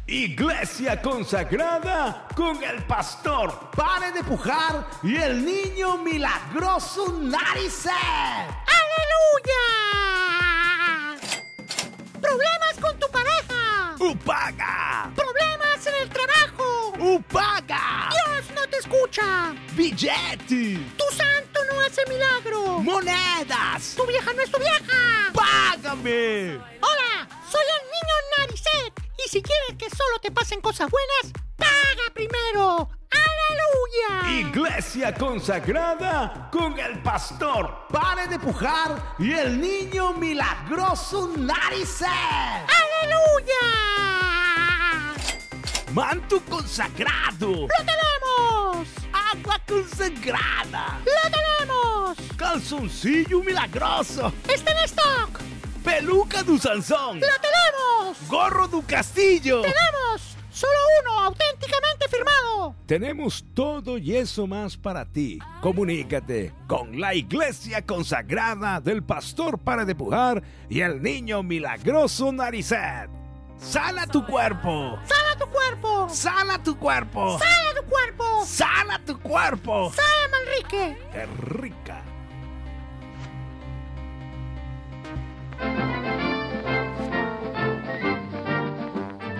Speaker 4: Iglesia consagrada con el pastor.
Speaker 3: Pare de pujar y el niño milagroso Narice. ¡Aleluya! Problemas con tu pareja. ¡Upaga! Problemas en el trabajo. ¡Upaga! Dios no te escucha. ¡Billete! Tu santo no hace milagro. ¡Monedas! Tu vieja no es tu vieja. ¡Págame! Hola, soy el niño Naricet. Y si quieres que solo te pasen cosas buenas, paga primero. ¡Aleluya!
Speaker 4: Iglesia consagrada con el pastor.
Speaker 3: Pare de pujar y el niño milagroso narice. ¡Aleluya! Manto consagrado. ¡Lo tenemos! Agua consagrada. ¡Lo tenemos! Calzoncillo milagroso. ¡Está en stock! Peluca du Sansón. ¡Lo tenemos! Gorro du Castillo. ¡Tenemos! Solo uno auténticamente firmado.
Speaker 4: Tenemos todo y eso más para ti. Comunícate con la iglesia consagrada del pastor para depujar y el niño milagroso Naricet. Sala tu cuerpo.
Speaker 3: Sala tu cuerpo. Sala tu cuerpo. Sala tu cuerpo. Sala tu cuerpo. Sala Manrique.
Speaker 4: ¡Qué rica!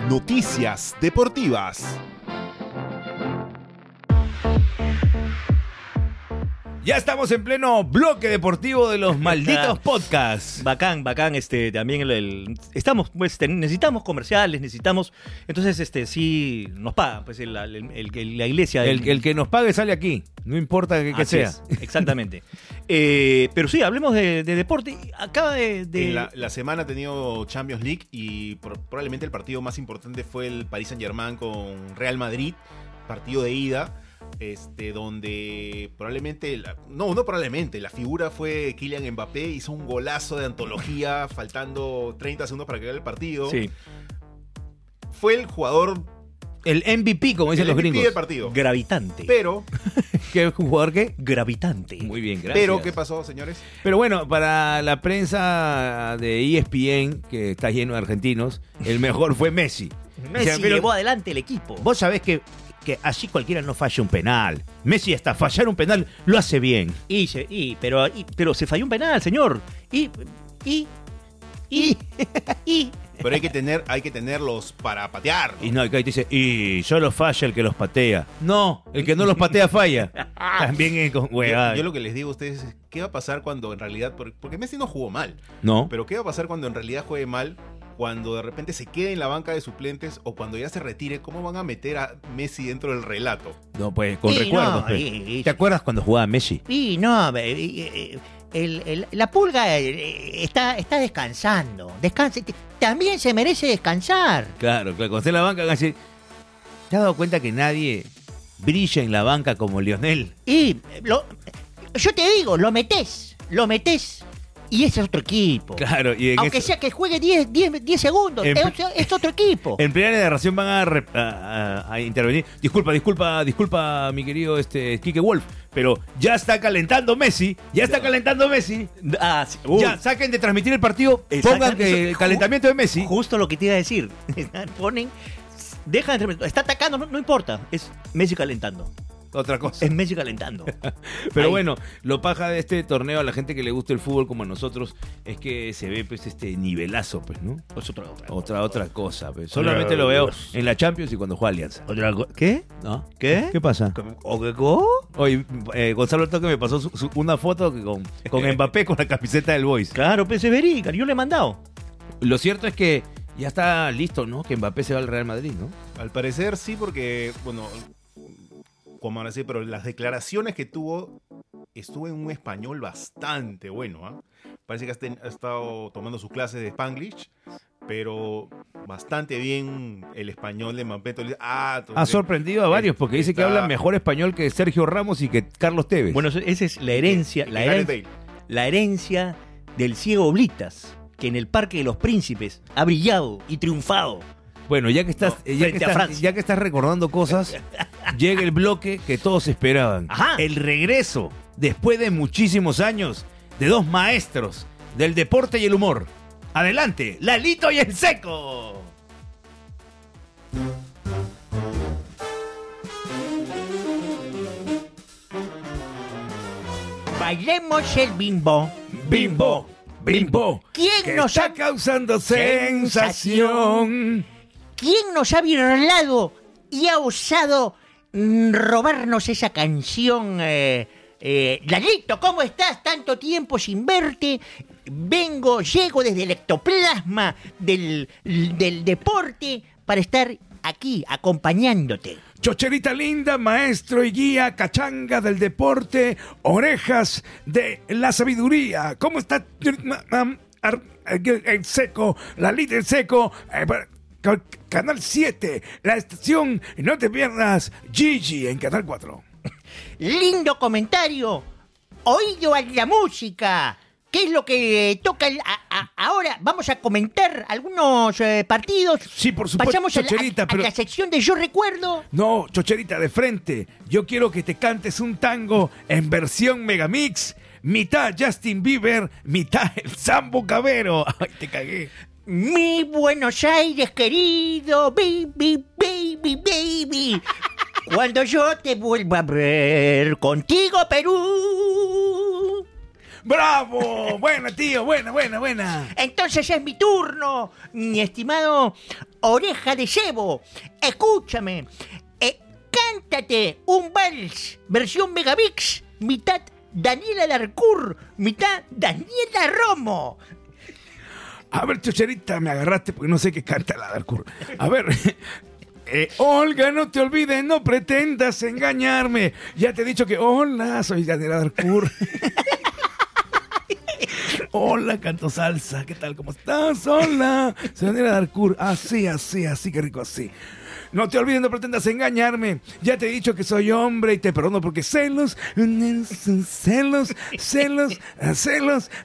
Speaker 1: Noticias deportivas.
Speaker 5: Ya estamos en pleno bloque deportivo de los malditos podcasts.
Speaker 2: Bacán, bacán, este, también el, el- estamos, pues, te- necesitamos comerciales, necesitamos, entonces, este, sí, nos pagan, pues, el- el- el- la iglesia.
Speaker 5: El, el que nos pague sale aquí, no importa que, que
Speaker 2: Así
Speaker 5: sea.
Speaker 2: es, exactamente. Eh, pero sí, hablemos de, de deporte. Acaba de... de-
Speaker 1: En La, la semana ha tenido Champions League y por- probablemente el partido más importante fue el Paris Saint Germain con Real Madrid, partido de ida, este, donde probablemente, la- no, no probablemente, la figura fue Kylian Mbappé, hizo un golazo de antología, faltando 30 segundos para que acabe el partido.
Speaker 2: Sí.
Speaker 1: Fue el jugador
Speaker 5: El MVP, como dicen
Speaker 1: el
Speaker 5: los
Speaker 1: MVP
Speaker 5: gringos.
Speaker 1: del partido.
Speaker 2: Gravitante.
Speaker 1: Pero,
Speaker 5: ¿Qué jugador qué?
Speaker 2: Gravitante.
Speaker 5: Muy bien, gracias.
Speaker 1: pero, ¿qué pasó, señores?
Speaker 5: Pero bueno, para la E prensa de ESPN, que está lleno de argentinos, el mejor fue Messi.
Speaker 2: O
Speaker 5: Messi
Speaker 2: sea, pero-
Speaker 5: llevó adelante el equipo.
Speaker 2: Vos sabés que, que así cualquiera no falla un penal. Messi hasta fallar un penal lo hace bien.
Speaker 5: Y, se- y- pero, y- pero se falló un penal, señor. Y, y, y, y.
Speaker 1: Pero hay que tener, hay que tenerlos para patear.
Speaker 2: Y no, acá te dice, y solo falla el que los patea. No, el que no los patea falla. También es
Speaker 1: Yo,
Speaker 2: con huevada.
Speaker 1: yo lo que les digo a ustedes es, ¿qué va a pasar cuando en realidad, por- porque Messi no jugó mal,
Speaker 2: No.
Speaker 1: pero qué va a pasar cuando en realidad juegue mal, cuando de repente se quede en la banca de suplentes o cuando ya se retire, ¿cómo van a meter a Messi dentro del relato?
Speaker 2: No, pues, con
Speaker 1: Y no,
Speaker 2: recuerdos. pues.
Speaker 1: y- y-
Speaker 2: ¿Te acuerdas cuando jugaba Messi?
Speaker 4: Y no, eh, eh, el- el- la pulga eh, está, está descansando. Descanse. T- También se merece descansar.
Speaker 3: Claro, claro.
Speaker 2: Cuando está en la banca, casi. ¿Te has dado cuenta que nadie brilla en la banca como Lionel?
Speaker 4: Y eh, lo, yo te digo, lo metes, lo metes. Y ese es otro equipo.
Speaker 3: Claro, y
Speaker 5: Ah,
Speaker 3: en
Speaker 4: Aunque
Speaker 3: eso-
Speaker 4: sea que juegue 10, 10, 10 segundos,
Speaker 3: En
Speaker 4: es,
Speaker 3: pl-
Speaker 4: otro- es otro equipo.
Speaker 3: En primera narración van a, re- a- a- a intervenir. Disculpa, disculpa, disculpa, mi querido este Kike Wolf, pero ya está calentando Messi, ya está calentando Messi.
Speaker 5: Ah, sí. Uh.
Speaker 3: Ya saquen de transmitir el partido,
Speaker 5: Eh,
Speaker 3: pongan que el calentamiento de Messi.
Speaker 5: Justo lo que te iba a decir. Ponen, dejan de está atacando, no, no importa. Es Messi calentando.
Speaker 3: Otra cosa.
Speaker 5: Es Messi calentando.
Speaker 3: Pero
Speaker 5: Ahí.
Speaker 3: bueno, lo paja de este torneo a la gente que le gusta el fútbol como a nosotros es que se ve pues este nivelazo, pues, ¿no?
Speaker 5: Es otra otra.
Speaker 3: Otra otra cosa, pues. Solamente lo veo en la Champions y cuando juega Alianza.
Speaker 5: Otra co- ¿Qué?
Speaker 3: ¿No?
Speaker 5: ¿Qué?
Speaker 3: ¿Qué pasa?
Speaker 5: ¿O qué co?
Speaker 3: Oye, eh, Gonzalo Alto que me pasó su- su- una foto que con, con Mbappé con la camiseta del Boys.
Speaker 5: Claro, pues es verídica, Yo le he mandado.
Speaker 3: Lo cierto es que ya está listo, ¿no? Que Mbappé se va al Real Madrid, ¿no?
Speaker 1: Al parecer sí, porque, bueno, como ahora sí, pero las declaraciones que tuvo, estuvo en un español bastante bueno, ¿ah? Parece que ha ten- ha estado tomando sus clases de Spanglish, pero bastante bien el español de Mampeto. Ah,
Speaker 3: Ha sorprendido a varios porque dice que
Speaker 1: Está-
Speaker 3: habla mejor español que Sergio Ramos y que Carlos Tevez.
Speaker 5: Bueno, eso- esa es la herencia, la
Speaker 1: Gareth
Speaker 5: herencia, la herencia del ciego Blitas, que en el Parque de los Príncipes ha brillado y triunfado.
Speaker 3: Bueno, ya que estás,
Speaker 5: No,
Speaker 3: eh, ya,
Speaker 5: frente
Speaker 3: que
Speaker 5: a
Speaker 3: estás
Speaker 5: Francia.
Speaker 3: ya que estás recordando cosas, llega el bloque que todos esperaban.
Speaker 5: Ajá.
Speaker 3: El regreso, después de muchísimos años, de dos maestros del deporte y el humor. Adelante, Lalito y el Seco.
Speaker 4: Bailemos el bimbo.
Speaker 3: Bimbo, bimbo.
Speaker 4: ¿Quién
Speaker 3: que
Speaker 4: nos
Speaker 3: está
Speaker 4: ha-
Speaker 3: causando sensación?
Speaker 4: ¿Quién nos ha virolado y ha osado mm, robarnos esa canción? Eh, eh, Lalito, ¿cómo estás? Tanto tiempo sin verte. Vengo, llego desde el ectoplasma del, del deporte para estar aquí acompañándote.
Speaker 3: Chocherita linda, maestro y guía, cachanga del deporte, orejas de la sabiduría. ¿Cómo está am, ar- el el seco, la lid del seco? eh, pa- ca- Canal 7, la estación, no te pierdas, Gigi en Canal 4.
Speaker 4: Lindo comentario. Oído a la música. ¿Qué es lo que eh, toca el- a- a- ahora? Vamos a comentar algunos eh, partidos.
Speaker 3: Sí, por supuesto,
Speaker 4: Pasamos a la,
Speaker 3: Chocherita,
Speaker 4: a- a
Speaker 3: pero-
Speaker 4: la sección de Yo Recuerdo.
Speaker 3: No, Chocherita, de frente, yo quiero que te cantes un tango en versión Megamix, mitad Justin Bieber, mitad el Sambo Cabero. Ay, te cagué.
Speaker 4: Mi Buenos Aires querido, baby, baby, baby. Cuando yo te vuelva a ver contigo, Perú.
Speaker 3: ¡Bravo! Buena, tío, buena, buena, buena.
Speaker 4: Entonces es mi turno, mi estimado oreja de cebo. Escúchame, eh, cántate un vals, versión Megavix, mitad Daniela Darcour, mitad Daniela Romo.
Speaker 3: A ver, Chocherita, me agarraste porque no sé qué canta la Darkur. A ver. eh, Olga, no te olvides, no pretendas engañarme. Ya te he dicho que hola, soy Daniela Darkur. hola, canto salsa. ¿Qué tal? ¿Cómo estás? Hola, soy Daniela Darkur. Así, así, así, qué rico, así. No te olvides, no pretendas engañarme. Ya te he dicho que soy hombre y te perdono porque celos, celos, celos, celos,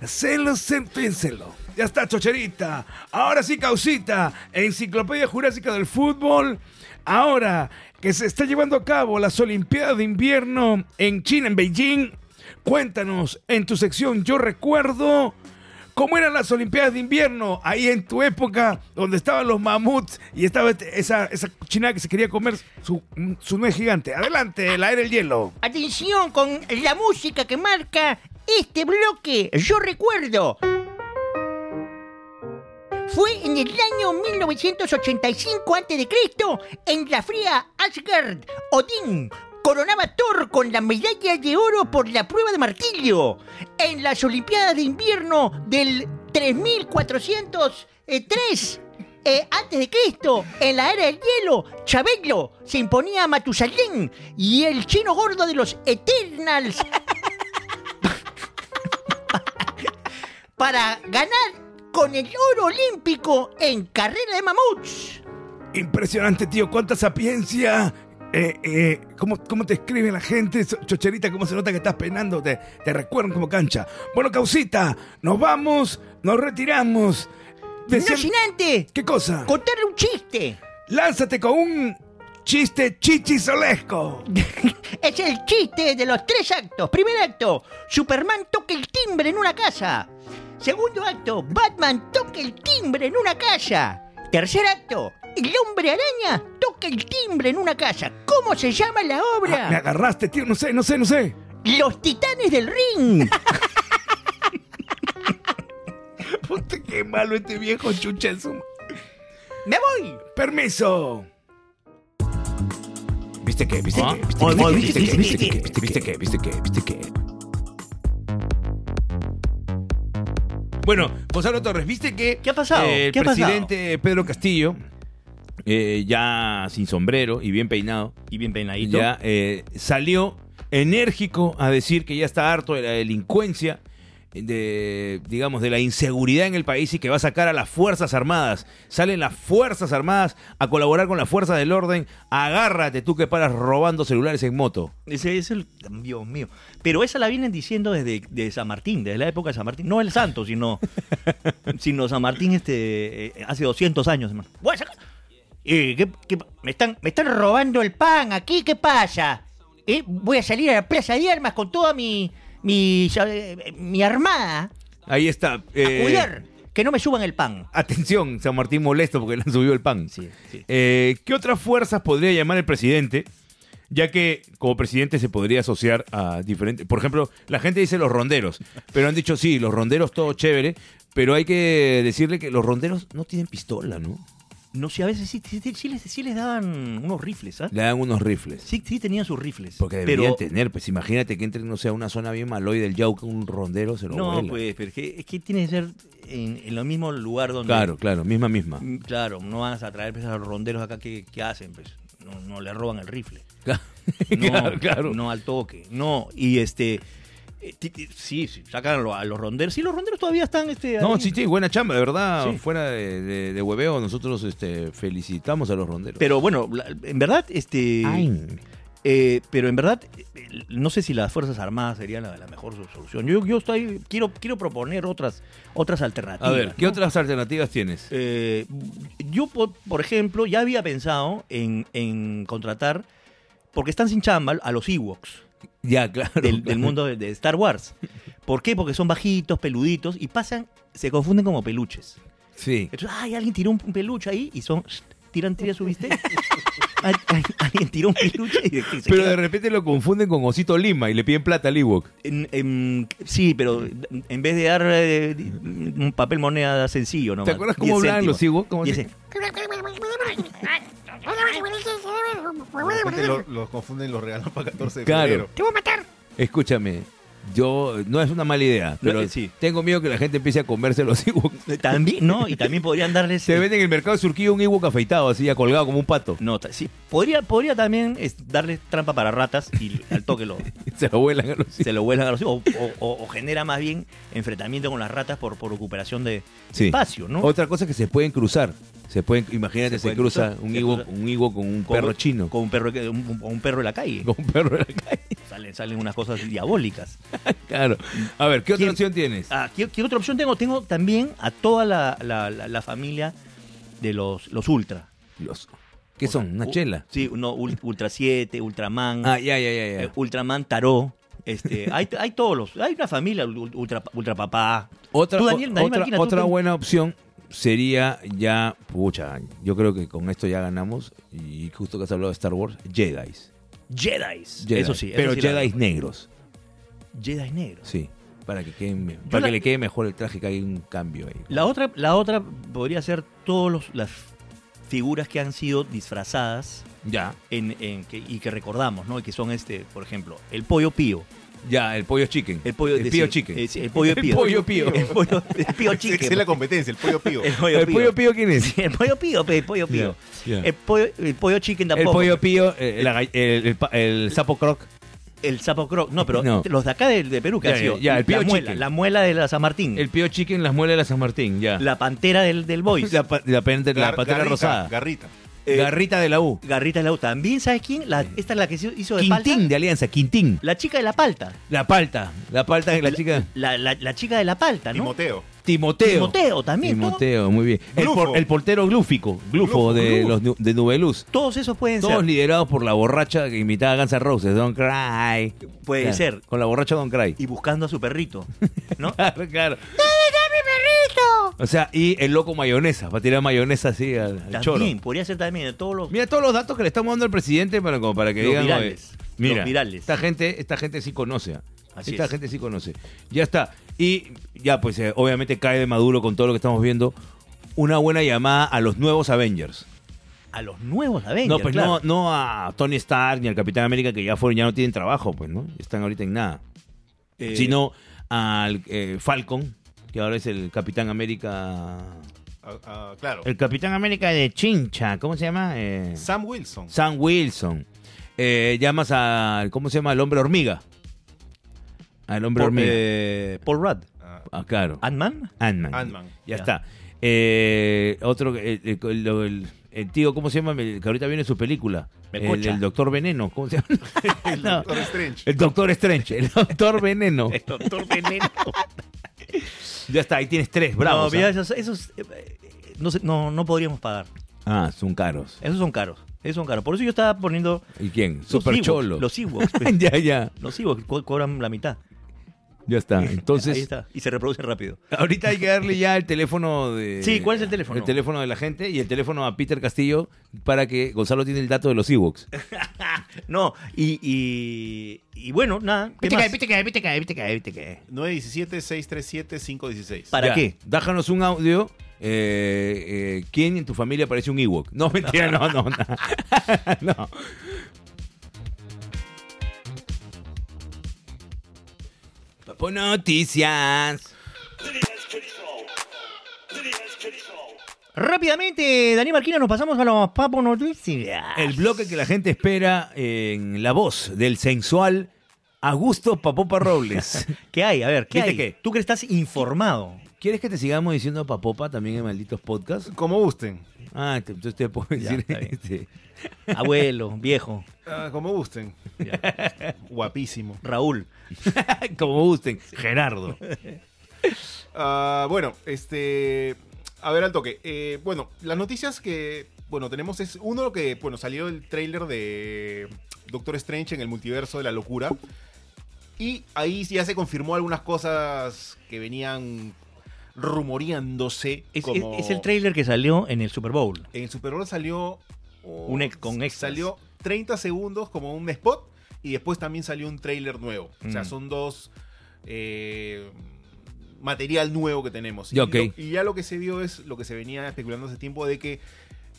Speaker 3: celos, cel- estoy en celo. Ya está, chocherita. Ahora sí, causita. Enciclopedia Jurásica del Fútbol. Ahora que se está llevando a cabo las Olimpiadas de Invierno en China, en Beijing. Cuéntanos en tu sección Yo Recuerdo
Speaker 5: ¿Cómo eran las Olimpiadas de invierno? Ahí en tu época, donde estaban los mamuts y estaba este- esa, esa china que se quería comer su, su nuez gigante. Adelante, la era el hielo.
Speaker 4: Atención con la música que marca este bloque. Yo recuerdo. Fue en el año 1985 a.C., en la fría Asgard, Odín coronaba a Thor con la medalla de oro por la prueba de martillo. En las Olimpiadas de invierno del 3403 eh, antes de Cristo, en la era del hielo, Chabelo se imponía a Matusalén y el chino gordo de los Eternals para ganar con el oro olímpico en carrera de mamuts.
Speaker 5: Impresionante, tío. ¡Cuánta sapiencia! Eh, eh, ¿cómo, cómo te escribe la gente? So- Chocherita, cómo se nota que estás penando. Te, te recuerdan como cancha. Bueno, causita, nos vamos, nos retiramos.
Speaker 4: No sin antes
Speaker 5: ¿Qué cosa?
Speaker 4: contarle un chiste.
Speaker 5: Lánzate con un chiste chichisolesco.
Speaker 4: Es el chiste de los tres actos. Primer acto, Superman toca el timbre en una casa. Segundo acto, Batman toca el timbre en una casa. Tercer acto, el hombre araña toca el timbre en una casa. ¿Cómo se llama la
Speaker 2: Ah,
Speaker 4: obra?
Speaker 5: Me agarraste, tío. No sé, no sé, no sé.
Speaker 4: Los titanes del ring.
Speaker 5: Puta, qué malo este viejo chucha es un-
Speaker 4: ¡Me voy!
Speaker 5: ¡Permiso! ¿Viste qué? ¿Viste
Speaker 12: ¿Ah?
Speaker 5: qué? ¿Viste
Speaker 12: Oye,
Speaker 5: qué?
Speaker 12: oye,
Speaker 5: ¿Viste qué?
Speaker 12: viste,
Speaker 5: ¿Viste
Speaker 12: viste,
Speaker 5: qué? ¿Viste qué? ¿Viste qué? ¿Viste qué? Bueno, Gonzalo Torres, ¿viste que
Speaker 2: ¿Qué ha pasado?
Speaker 5: eh, el
Speaker 2: ¿Qué ha pasado?
Speaker 5: presidente Pedro Castillo, eh, ya sin sombrero y bien peinado,
Speaker 2: Y bien peinadito.
Speaker 5: ya eh, salió enérgico a decir que ya está harto de la delincuencia, de, digamos, de la inseguridad en el país y que va a sacar a las Fuerzas Armadas. Salen las Fuerzas Armadas a colaborar con las Fuerzas del Orden. Agárrate tú que paras robando celulares en moto.
Speaker 2: Ese es el. Dios mío. Pero esa la vienen diciendo desde de San Martín, desde la época de San Martín. No el santo, sino. sino San Martín este, eh, hace 200 años, hermano. Voy a sacar- Eh, ¿qué- qué pa- me, están, me están robando el pan aquí, ¿qué pasa? Eh, Voy a salir a la plaza de armas con toda mi. mi, eh, mi armada
Speaker 5: Ahí está.
Speaker 2: a
Speaker 5: eh,
Speaker 2: cuidar que no me suban el pan.
Speaker 5: Atención, San Martín molesto porque le han subido el pan.
Speaker 2: Sí, sí.
Speaker 5: Eh, ¿Qué otras fuerzas podría llamar el presidente? Ya que como presidente se podría asociar a diferentes... Por ejemplo, la gente dice los ronderos, pero han dicho, sí, los ronderos todo chévere, pero hay que decirle que los ronderos no tienen pistola, ¿no?
Speaker 2: No sé, a veces sí, sí, sí les, sí les daban unos rifles, ¿ah?
Speaker 5: Le dan unos rifles.
Speaker 2: Sí, sí tenían sus rifles.
Speaker 5: Porque
Speaker 2: pero,
Speaker 5: deberían tener, pues imagínate que entren, no sé, a una zona bien maloy del Yauca, un rondero se lo
Speaker 2: No,
Speaker 5: vuela.
Speaker 2: pues, pero es que, es que tiene que ser en, en el mismo lugar donde.
Speaker 5: Claro, claro, misma, misma.
Speaker 2: Mm, Claro, no van a traer pues, a los ronderos acá que, que hacen, pues. No, no le roban el rifle. No,
Speaker 5: claro, claro.
Speaker 2: No al toque. No, y este. eh, ti- ti- Sí, sí, sacan a los, a los ronderos. Sí, los ronderos todavía están. Este,
Speaker 5: No,
Speaker 2: ahí.
Speaker 5: sí, sí, buena chamba, de verdad.
Speaker 2: Sí.
Speaker 5: Fuera de, de- de hueveo, nosotros este, felicitamos a los ronderos.
Speaker 2: Pero bueno, la- en verdad, este. eh, pero en verdad, eh, no sé si las Fuerzas Armadas serían la, la mejor solución. Yo, yo estoy, quiero, quiero proponer otras, otras
Speaker 5: a
Speaker 2: alternativas.
Speaker 5: ver, ¿qué
Speaker 2: ¿no?
Speaker 5: otras alternativas tienes?
Speaker 2: Eh, yo, por, por ejemplo, ya había pensado en, en contratar, porque están sin chamba, a los Ewoks
Speaker 5: ya, claro.
Speaker 2: del, del mundo de, de Star Wars. ¿Por qué? Porque son bajitos, peluditos y pasan, se confunden como peluches.
Speaker 5: Sí.
Speaker 2: Entonces, ay, alguien tiró un, un peluche ahí y son, tiran, tiran su bistec. Ay, ay, alguien tiró un peluche y se
Speaker 5: Pero
Speaker 2: queda-
Speaker 5: de repente lo confunden con Osito Lima y le piden plata al Ewok.
Speaker 2: en- en- sí, pero en vez de dar eh, un papel moneda sencillo, ¿no?
Speaker 5: ¿Te acuerdas cómo hablaban los Ewok? ¿Cómo se-
Speaker 1: De repente lo- los confunden y los regalan para 14 de
Speaker 5: Claro.
Speaker 1: febrero.
Speaker 5: Escúchame, yo no es una mala idea, pero
Speaker 2: eh, sí.
Speaker 5: tengo miedo que la gente empiece a comerse los Ewoks.
Speaker 2: También, no, y también podrían darles...
Speaker 5: Se vende en el mercado de Surquillo un Ewok afeitado, así, ya colgado como un pato.
Speaker 2: No, ta- sí. Podría, podría también es, darle trampa para ratas y al toque lo,
Speaker 5: Se lo vuelan a los
Speaker 2: se lo vuelan a los o, o- o- o genera más bien enfrentamiento con las ratas por, por recuperación de
Speaker 5: Sí.
Speaker 2: espacio, ¿no?
Speaker 5: Otra cosa es que se pueden cruzar. Se pueden, imagínate,
Speaker 2: Se
Speaker 5: se,
Speaker 2: pueden
Speaker 5: cruza
Speaker 2: cruzar,
Speaker 5: un
Speaker 2: se
Speaker 5: Ewok,
Speaker 2: cruzan.
Speaker 5: un Ewok con un
Speaker 2: Con-
Speaker 5: perro chino.
Speaker 2: Con un perro, que- un, un perro de la calle.
Speaker 5: Con un perro de la calle.
Speaker 2: Salen, salen unas cosas diabólicas.
Speaker 5: Claro. A ver, ¿qué otra
Speaker 2: ¿Quién-
Speaker 5: opción tienes?
Speaker 2: Ah, ¿qué, qué otra opción tengo? Tengo también a toda la, la- la- la familia de los, los Ultra.
Speaker 5: Los- ¿Qué son? ¿Una
Speaker 2: U-
Speaker 5: chela?
Speaker 2: Sí, no, Ul- Ultra 7, Ultraman,
Speaker 5: Ah, ya, ya, ya, ya.
Speaker 2: eh, Ultraman Tarot. Este, hay, hay todos los. Hay una familia ul- ultra, ultra papá.
Speaker 5: Otra,
Speaker 2: Tú, Daniel,
Speaker 5: o-
Speaker 2: Daniel
Speaker 5: otra,
Speaker 2: Marquina, tú,
Speaker 5: otra
Speaker 2: tú-
Speaker 5: buena opción sería ya, pucha, yo creo que con esto ya ganamos y justo que has hablado de Star Wars, Jedis.
Speaker 2: Jedis.
Speaker 5: Jedis,
Speaker 2: Eso sí. eso
Speaker 5: pero
Speaker 2: sí la-
Speaker 5: Jedis negros,
Speaker 2: Jedi negros.
Speaker 5: sí, para que queden, me-
Speaker 2: Yo
Speaker 5: para
Speaker 2: la-
Speaker 5: que le quede mejor el traje que hay un cambio ahí.
Speaker 2: La otra, la otra podría ser todas las figuras que han sido disfrazadas
Speaker 5: Ya,
Speaker 2: en, en que- y que recordamos, ¿no? Y que son este, por ejemplo, el pollo pío.
Speaker 5: ya, el pollo chicken.
Speaker 2: El pollo
Speaker 5: El
Speaker 2: de-
Speaker 5: pío
Speaker 2: sí,
Speaker 5: chicken.
Speaker 2: eh, sí, el pollo
Speaker 5: El
Speaker 2: pío.
Speaker 5: pollo pío.
Speaker 2: El pollo, el pío chicken.
Speaker 1: Esa es la competencia, el pollo pío.
Speaker 2: El pollo
Speaker 5: ¿El
Speaker 2: pío.
Speaker 5: pollo pío quién es?
Speaker 2: Sí, el pollo pío, pe, el pollo pío.
Speaker 5: Ya, ya.
Speaker 2: El, pollo, el pollo chicken
Speaker 5: El
Speaker 2: tampoco.
Speaker 5: pollo pío, eh, la gall- el, el pa- el sapo croc.
Speaker 2: El sapo croc. No, pero
Speaker 5: No.
Speaker 2: los de acá de, de Perú que
Speaker 5: Ya,
Speaker 2: han
Speaker 5: ya,
Speaker 2: sido.
Speaker 5: ya, el
Speaker 2: la
Speaker 5: pío
Speaker 2: muela,
Speaker 5: chicken.
Speaker 2: la muela de la San Martín.
Speaker 5: El pío chicken, las muelas de la San Martín, ya.
Speaker 2: la pantera del, del Boys.
Speaker 5: la, pa- la pen- la
Speaker 1: Gar-
Speaker 5: patera
Speaker 1: garrita,
Speaker 5: rosada.
Speaker 1: Garrita.
Speaker 2: Eh,
Speaker 5: Garrita de la U.
Speaker 2: Garrita de la U. También, ¿sabes quién? La- esta es la que se hizo de
Speaker 5: Quintín
Speaker 2: palta.
Speaker 5: de Alianza, Quintín.
Speaker 2: La chica de la palta.
Speaker 5: La palta. La palta de la chica.
Speaker 2: La, la- la chica de la
Speaker 5: ¿Ah,
Speaker 2: palta, ¿no?
Speaker 1: Timoteo.
Speaker 5: Timoteo.
Speaker 2: Timoteo también, ¿no?
Speaker 5: Timoteo, muy bien. El,
Speaker 1: Glufo.
Speaker 5: por- el portero glúfico.
Speaker 1: Glufo,
Speaker 5: Glufo de,
Speaker 1: Glufo.
Speaker 5: los, nu- de Nubeluz.
Speaker 2: Todos esos pueden
Speaker 5: Todos
Speaker 2: ser.
Speaker 5: liderados por la borracha que imitaba a Guns N' Roses. Don't cry.
Speaker 2: Puede
Speaker 5: Claro,
Speaker 2: ser.
Speaker 5: Con la borracha Don't cry.
Speaker 2: Y buscando a su perrito, ¿no?
Speaker 5: Claro, claro. O sea, y el loco mayonesa. Va a tirar mayonesa así al, al choro.
Speaker 2: También, podría ser también de todos los...
Speaker 5: Mira todos los datos que le estamos dando al presidente para, como para que
Speaker 2: Los
Speaker 5: digan.
Speaker 2: virales,
Speaker 5: oye,
Speaker 2: los
Speaker 5: mira,
Speaker 2: virales.
Speaker 5: Esta gente, esta gente sí conoce. ah.
Speaker 2: Así
Speaker 5: esta
Speaker 2: es.
Speaker 5: gente sí conoce. Ya está. Y ya, pues eh, obviamente cae de maduro con todo lo que estamos viendo. Una buena llamada a los nuevos Avengers.
Speaker 2: A los nuevos Avengers,
Speaker 5: no, pues
Speaker 2: claro.
Speaker 5: no, no a Tony Stark ni al Capitán América que ya fueron, ya no tienen trabajo, pues, ¿no? Están ahorita en nada.
Speaker 2: Eh,
Speaker 5: Sino al eh, Falcon, que ahora es el Capitán América.
Speaker 1: Ah, ah, claro.
Speaker 5: El Capitán América de Chincha, ¿cómo se llama? Eh,
Speaker 1: Sam Wilson.
Speaker 5: Sam Wilson. Eh, llamas al. ¿Cómo se llama? Al hombre hormiga. Al hombre
Speaker 2: Paul-
Speaker 5: hormiga.
Speaker 2: eh, Paul Rudd.
Speaker 1: Ah,
Speaker 5: Ah, claro.
Speaker 2: Ant-Man.
Speaker 5: Ant-Man.
Speaker 1: Ant-Man.
Speaker 2: Ya.
Speaker 5: Ya está. Eh, otro. El, el- el- el- el tío, ¿cómo se llama? El que ahorita viene su película. El,
Speaker 2: Melcocha.
Speaker 5: el doctor Veneno. ¿Cómo se llama?
Speaker 1: el
Speaker 5: No.
Speaker 1: Doctor Strange.
Speaker 5: El doctor Strange. El doctor Veneno.
Speaker 2: El doctor Veneno.
Speaker 5: Ya está, ahí tienes tres,
Speaker 2: no,
Speaker 5: bravos.
Speaker 2: mira,
Speaker 5: ah.
Speaker 2: esos, esos, eh, eh, no, sé, no, no podríamos pagar.
Speaker 5: Ah, son caros.
Speaker 2: Esos son caros. Esos son caros. Por eso yo estaba poniendo
Speaker 5: ¿Y quién?
Speaker 2: los
Speaker 5: Super
Speaker 2: Ewoks,
Speaker 5: Cholo.
Speaker 2: Los Ewoks. pues.
Speaker 5: ya, ya.
Speaker 2: los Ewoks co- cobran la mitad.
Speaker 5: Ya está. Entonces.
Speaker 2: Ahí está. Y se reproducen rápido.
Speaker 5: Ahorita hay que darle ya el teléfono de.
Speaker 2: Sí, ¿cuál es el teléfono?
Speaker 5: El teléfono de la gente y el teléfono a Peter Castillo para que Gonzalo tiene el dato de los Ewoks.
Speaker 2: No, y, y, y bueno, nada. ¿qué más?
Speaker 5: que.
Speaker 1: 917-637-516.
Speaker 2: ¿Para qué?
Speaker 5: Dájanos un audio. eh, eh, ¿Quién en tu familia parece un Ewok? No, mentira, no, no, no. no. Papo Noticias.
Speaker 2: Rápidamente, Dani Marquina, nos pasamos a los Papo Noticias.
Speaker 5: El bloque que la gente espera en la voz del sensual Augusto Papopa Robles.
Speaker 2: ¿Qué hay? A ver, ¿qué
Speaker 5: ¿Viste
Speaker 2: hay?
Speaker 5: qué?
Speaker 2: Tú que estás informado.
Speaker 5: ¿Quieres que te sigamos diciendo Papopa también en malditos podcasts?
Speaker 1: Como gusten.
Speaker 5: Ah, te- entonces te puedo
Speaker 2: Ya,
Speaker 5: decir.
Speaker 2: está bien.
Speaker 5: este,
Speaker 2: Abuelo, viejo,
Speaker 1: Ah, como gusten. Guapísimo.
Speaker 2: Raúl.
Speaker 5: como gusten. Gerardo.
Speaker 1: Ah, bueno, este. A ver, al toque. Eh, bueno, las noticias que. Bueno, tenemos es. Uno que. Bueno, salió el tráiler de Doctor Strange en el multiverso de la locura. Y ahí ya se confirmó algunas cosas que venían rumoreándose.
Speaker 2: Es,
Speaker 1: como
Speaker 2: es- es el trailer que salió en el Super Bowl.
Speaker 1: En el Super Bowl salió. oh,
Speaker 2: Un ex- con extras.
Speaker 1: Salió 30 segundos como un spot. Y después también salió un trailer nuevo. O sea,
Speaker 2: Mm.
Speaker 1: son dos. eh, material nuevo que tenemos. Y,
Speaker 5: Ya, ok.
Speaker 1: lo- y ya lo que se vio es lo que se venía especulando hace tiempo de que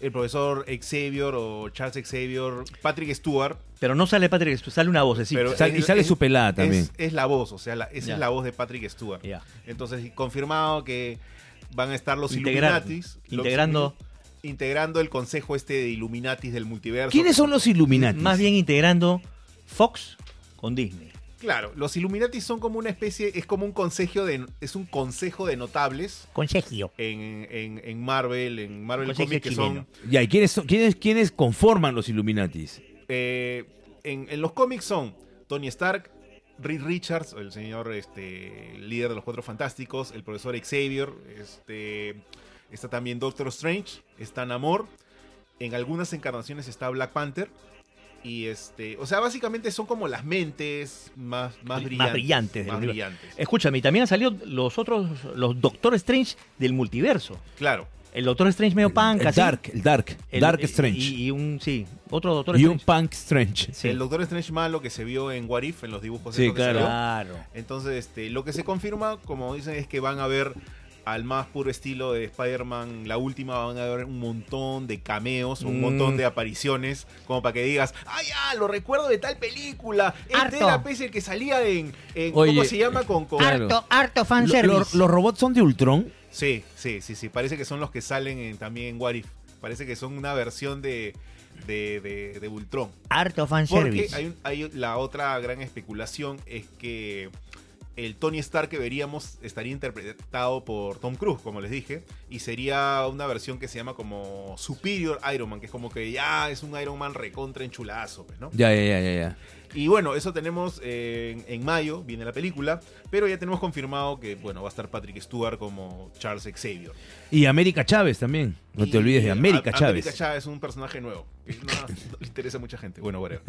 Speaker 1: el profesor Xavier o Charles Xavier, Patrick Stewart,
Speaker 2: Pero no sale Patrick, sale una vocecita.
Speaker 1: Pero-
Speaker 5: Sal- y sale su pelada también.
Speaker 1: es, es la voz, o sea, la- esa
Speaker 2: Ya.
Speaker 1: es la voz de Patrick Stewart.
Speaker 2: Ya.
Speaker 1: Entonces, confirmado que van a estar los
Speaker 2: Integrar-
Speaker 1: Illuminatis. los
Speaker 2: integrando-
Speaker 1: Illumi- integrando el consejo este de Illuminatis del multiverso.
Speaker 5: ¿Quiénes son los Illuminati?
Speaker 2: Más bien integrando Fox con Disney.
Speaker 1: Claro, los Illuminatis son como una especie, es como un consejo de, es un consejo de notables
Speaker 4: Consejio.
Speaker 1: en, en- en Marvel, en Marvel
Speaker 2: Consejo
Speaker 1: Comics que son
Speaker 2: chileno.
Speaker 5: Ya, ¿y quiénes, son- quiénes, quiénes conforman los Illuminatis?
Speaker 1: Eh, en, en los cómics son Tony Stark, Reed Richards, el señor este, líder de los Cuatro Fantásticos, el profesor Xavier, este, está también Doctor Strange, está Namor, en algunas encarnaciones está Black Panther, Y este, o sea, básicamente son como las mentes más, más brillantes.
Speaker 2: más brillantes del
Speaker 1: más
Speaker 2: universo. Eh,
Speaker 1: brillantes.
Speaker 2: Escúchame, y también han salido los otros, los Doctor Strange del multiverso.
Speaker 1: Claro.
Speaker 2: El Doctor Strange medio punk,
Speaker 5: El
Speaker 2: así.
Speaker 5: Dark, el Dark,
Speaker 2: El-
Speaker 5: Dark
Speaker 2: y-
Speaker 5: Strange.
Speaker 2: Y, y un, sí, otro Doctor
Speaker 5: Y un
Speaker 2: Strange.
Speaker 5: Punk Strange.
Speaker 1: El Doctor Strange malo que se vio en What If, en los dibujos.
Speaker 5: Sí,
Speaker 1: estos que
Speaker 5: claro.
Speaker 1: salió.
Speaker 2: Claro.
Speaker 1: Entonces, este, lo que se confirma, como dicen, es que van a ver al más puro estilo de Spider-Man, la última, van a ver un montón de cameos, un
Speaker 2: Mm.
Speaker 1: montón de apariciones, como para que digas, ¡ay, ah, lo recuerdo de tal película!
Speaker 4: Harto. Ah.
Speaker 1: Este era pues, el que salía en, en- ¿cómo
Speaker 5: Oye,
Speaker 1: se llama? Con, con-
Speaker 5: claro.
Speaker 4: Harto, harto fanservice.
Speaker 5: Lo- lo- ¿Los robots son de Ultron?
Speaker 1: Sí, sí, sí, sí, parece que son los que salen en- también en What If. Parece que son una versión de, de, de, de Ultron.
Speaker 4: Harto
Speaker 1: Porque
Speaker 4: fanservice.
Speaker 1: hay, un- hay la otra gran especulación es que el Tony Stark que veríamos estaría interpretado por Tom Cruise, como les dije, y sería una versión que se llama como Superior Iron Man, que es como que ya es un Iron Man recontra enchulazo, pues, ¿no?
Speaker 5: Ya, ya, ya, ya, ya.
Speaker 1: Y bueno, eso tenemos eh, en, en mayo, viene la película, pero ya tenemos confirmado que, bueno, va a estar Patrick Stewart como Charles Xavier.
Speaker 5: Y América Chávez también. No
Speaker 1: Y,
Speaker 5: te olvides de
Speaker 1: eh,
Speaker 5: América
Speaker 1: a-
Speaker 5: Chávez.
Speaker 1: América Chávez es un personaje nuevo, que no, no le interesa a mucha gente. Bueno, whatever.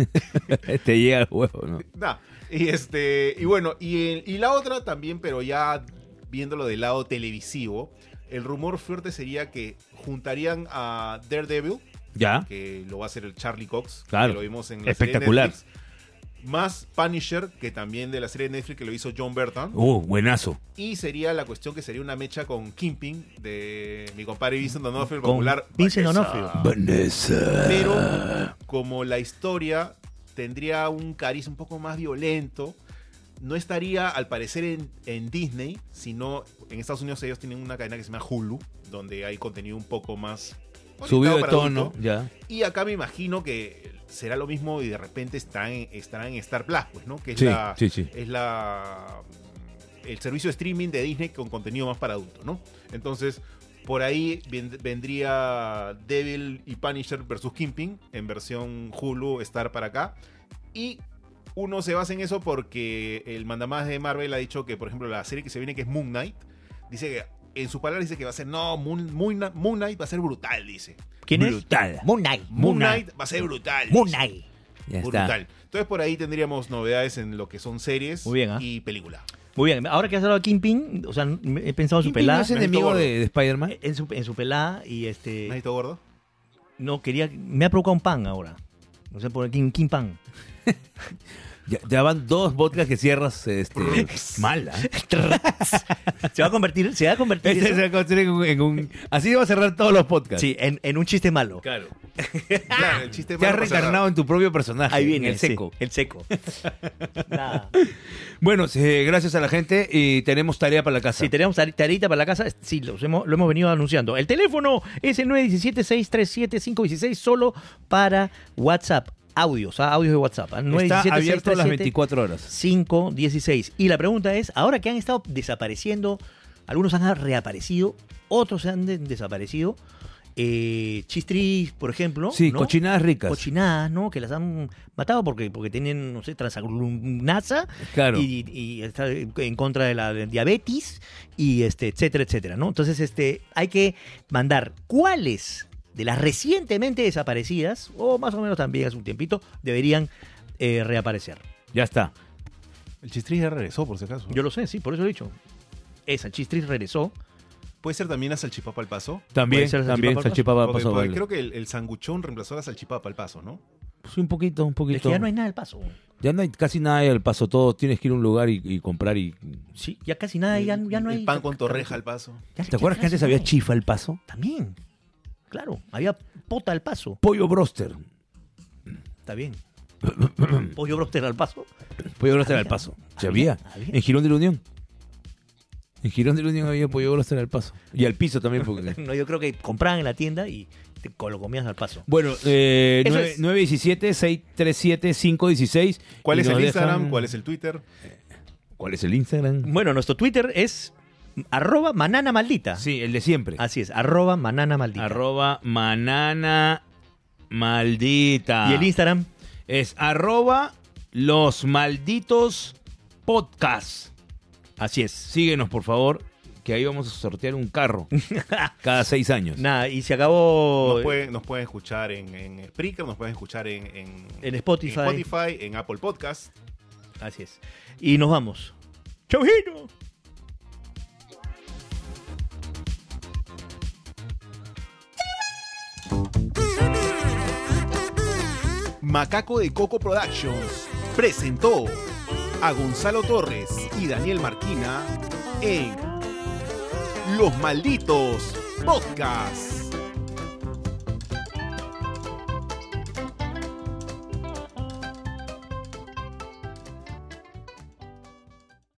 Speaker 5: Te llega el huevo, ¿no?
Speaker 1: Nah, y este. Y bueno, y, el- y la otra también, pero ya viéndolo del lado televisivo. El rumor fuerte sería que juntarían a Daredevil,
Speaker 5: Ya.
Speaker 1: que lo va a hacer el Charlie Cox,
Speaker 5: Claro.
Speaker 1: que lo vimos en la
Speaker 5: Espectacular.
Speaker 1: serie de Netflix, más Punisher, que también de la serie de Netflix que lo hizo John Burton.
Speaker 5: Uh, buenazo.
Speaker 1: Y sería la cuestión que sería una mecha con Kingpin de mi compadre Vincent D'Onofrio, el
Speaker 2: Con
Speaker 1: popular.
Speaker 2: Vincent
Speaker 1: Vanessa.
Speaker 2: D'Onofrio.
Speaker 5: Vanessa. Ah.
Speaker 1: Pero como la historia tendría un cariz un poco más violento, no estaría al parecer en, en Disney, sino en Estados Unidos ellos tienen una cadena que se llama Hulu, donde hay contenido un poco más orientado
Speaker 5: Subido de
Speaker 1: para
Speaker 5: tono.
Speaker 1: adulto.
Speaker 5: Ya.
Speaker 1: Y acá me imagino que será lo mismo y de repente están, en- estarán en Star Plus, pues, ¿no? Que es
Speaker 5: Sí,
Speaker 1: la,
Speaker 5: sí, sí.
Speaker 1: es la el servicio de streaming de Disney con contenido más para adultos, ¿no? Entonces, por ahí ven- vendría Devil y Punisher versus Kingpin en versión Hulu estar para acá y uno se basa en eso porque el mandamás de Marvel ha dicho que, por ejemplo, la serie que se viene que es Moon Knight, dice que en sus palabras dice que va a ser no, Moon, Moon, Moon Knight va a ser brutal, dice.
Speaker 2: ¿Quién es?
Speaker 5: Brutal.
Speaker 4: Moon Knight.
Speaker 1: Moon Knight va a ser brutal.
Speaker 4: Moon Knight.
Speaker 5: Ya está.
Speaker 1: Brutal. Entonces por ahí tendríamos novedades en lo que son series
Speaker 2: Muy bien, ¿ah?
Speaker 1: y película.
Speaker 2: Muy bien, ahora que has hablado de Kingpin, o sea, he pensado en su
Speaker 5: ¿Kingpin no
Speaker 2: pelada. Eh,
Speaker 5: es enemigo
Speaker 1: Gordo.
Speaker 5: de, de Spider-Man?
Speaker 2: En su, en su pelada y este...
Speaker 1: ¿Nadito gordo?
Speaker 2: No, quería... Me ha provocado un pan ahora. O sea, por King, King Pan.
Speaker 5: Ya, ya van dos vodkas que cierras este, mala.
Speaker 2: Se va a convertir... Se va a convertir...
Speaker 5: Este
Speaker 2: eso-
Speaker 5: se va a convertir en un- en un- así va a cerrar todos los podcasts.
Speaker 2: Sí, en, en un chiste malo.
Speaker 5: Claro.
Speaker 1: Claro, el chiste pues,
Speaker 5: Te has
Speaker 1: malo pasa nada.
Speaker 5: reencarnado en tu propio personaje.
Speaker 2: pues, Ahí
Speaker 5: en
Speaker 2: viene
Speaker 5: el seco.
Speaker 2: sí, el seco. Nada.
Speaker 5: Bueno, sí, gracias a la gente y tenemos tarea para la casa.
Speaker 2: Si tenemos tare- tareita para la casa, sí, los hemos, lo hemos venido anunciando. El teléfono es el 917-637-516, solo para WhatsApp. Audios, ah, audios de WhatsApp. ah,
Speaker 5: Está
Speaker 2: 917-637-516.
Speaker 5: abierto las 24 horas.
Speaker 2: 516. Y la pregunta es, ahora que han estado desapareciendo, algunos han reaparecido, otros se han de- desaparecido. Eh, chistris, por ejemplo.
Speaker 5: Sí,
Speaker 2: ¿no?
Speaker 5: cochinadas ricas.
Speaker 2: Cochinadas, ¿no? Que las han matado porque, porque tienen, no sé, transaglunasa
Speaker 5: Claro.
Speaker 2: y, y está en contra de la diabetes y este, etcétera, etcétera, ¿no? Entonces, este, hay que mandar cuáles de las recientemente desaparecidas, o más o menos también hace un tiempito, deberían eh, reaparecer.
Speaker 5: Ya está.
Speaker 1: El chistris ya regresó, por si acaso.
Speaker 2: Yo lo sé, sí, por eso lo he dicho. Esa, Chistris regresó.
Speaker 1: ¿Puede ser también la salchipapa al paso?
Speaker 5: También,
Speaker 2: Puede ser la
Speaker 5: también
Speaker 2: salchipapa
Speaker 5: salchipapa
Speaker 1: Porque-
Speaker 5: pasó
Speaker 1: porque
Speaker 5: vale.
Speaker 1: creo que el, el sanguchón reemplazó a la salchipapa al paso, ¿no?
Speaker 5: Sí, un poquito, un poquito.
Speaker 2: Es que ya no hay nada al paso.
Speaker 5: Ya no hay casi nada al paso. Todo tienes que ir a un lugar y, y comprar y.
Speaker 2: Sí, ya casi nada, ya, ya no hay.
Speaker 1: El pan con torreja al paso.
Speaker 2: Ya-
Speaker 5: ¿Te
Speaker 2: ya
Speaker 5: acuerdas que
Speaker 2: casi
Speaker 5: antes
Speaker 2: no
Speaker 5: había
Speaker 2: hay.
Speaker 5: chifa al paso?
Speaker 2: También. Claro, había pota al paso.
Speaker 5: Pollo broster.
Speaker 2: Está bien. Pollo broster al paso.
Speaker 5: Pollo broster
Speaker 2: Había,
Speaker 5: al paso. Se
Speaker 2: había,
Speaker 5: había.
Speaker 2: había.
Speaker 5: En Girón de la Unión. En Girón de la Unión había pollo broster al paso. Y al piso también. Porque...
Speaker 2: No, yo creo que compraban en la tienda y te lo comías al paso.
Speaker 5: bueno, eh,
Speaker 2: Eso
Speaker 5: nueve-
Speaker 2: es.
Speaker 5: 917-637-516.
Speaker 1: ¿Cuál
Speaker 5: Y
Speaker 1: es
Speaker 5: nos
Speaker 1: el
Speaker 5: dejan-
Speaker 1: Instagram? ¿Cuál es el Twitter?
Speaker 5: ¿Cuál es el Instagram?
Speaker 2: Bueno, nuestro Twitter es arroba manana maldita.
Speaker 5: Sí, el de siempre.
Speaker 2: Así es, arroba manana maldita.
Speaker 5: Arroba manana maldita.
Speaker 2: Y el Instagram,
Speaker 5: es arroba los malditos podcast.
Speaker 2: así es.
Speaker 5: Síguenos, por favor. que ahí vamos a sortear un carro cada seis años.
Speaker 2: Nada, y se acabó.
Speaker 5: Oh, eh.
Speaker 1: Nos pueden, nos pueden escuchar en, en Spreaker, nos pueden escuchar en, en,
Speaker 2: En Spotify.
Speaker 1: en Spotify, en Apple Podcast.
Speaker 2: Así es. Y nos vamos. ¡Chaujino!
Speaker 1: Macaco de Coco Productions presentó a Gonzalo Torres y Daniel Marquina en Los Malditos Podcasts.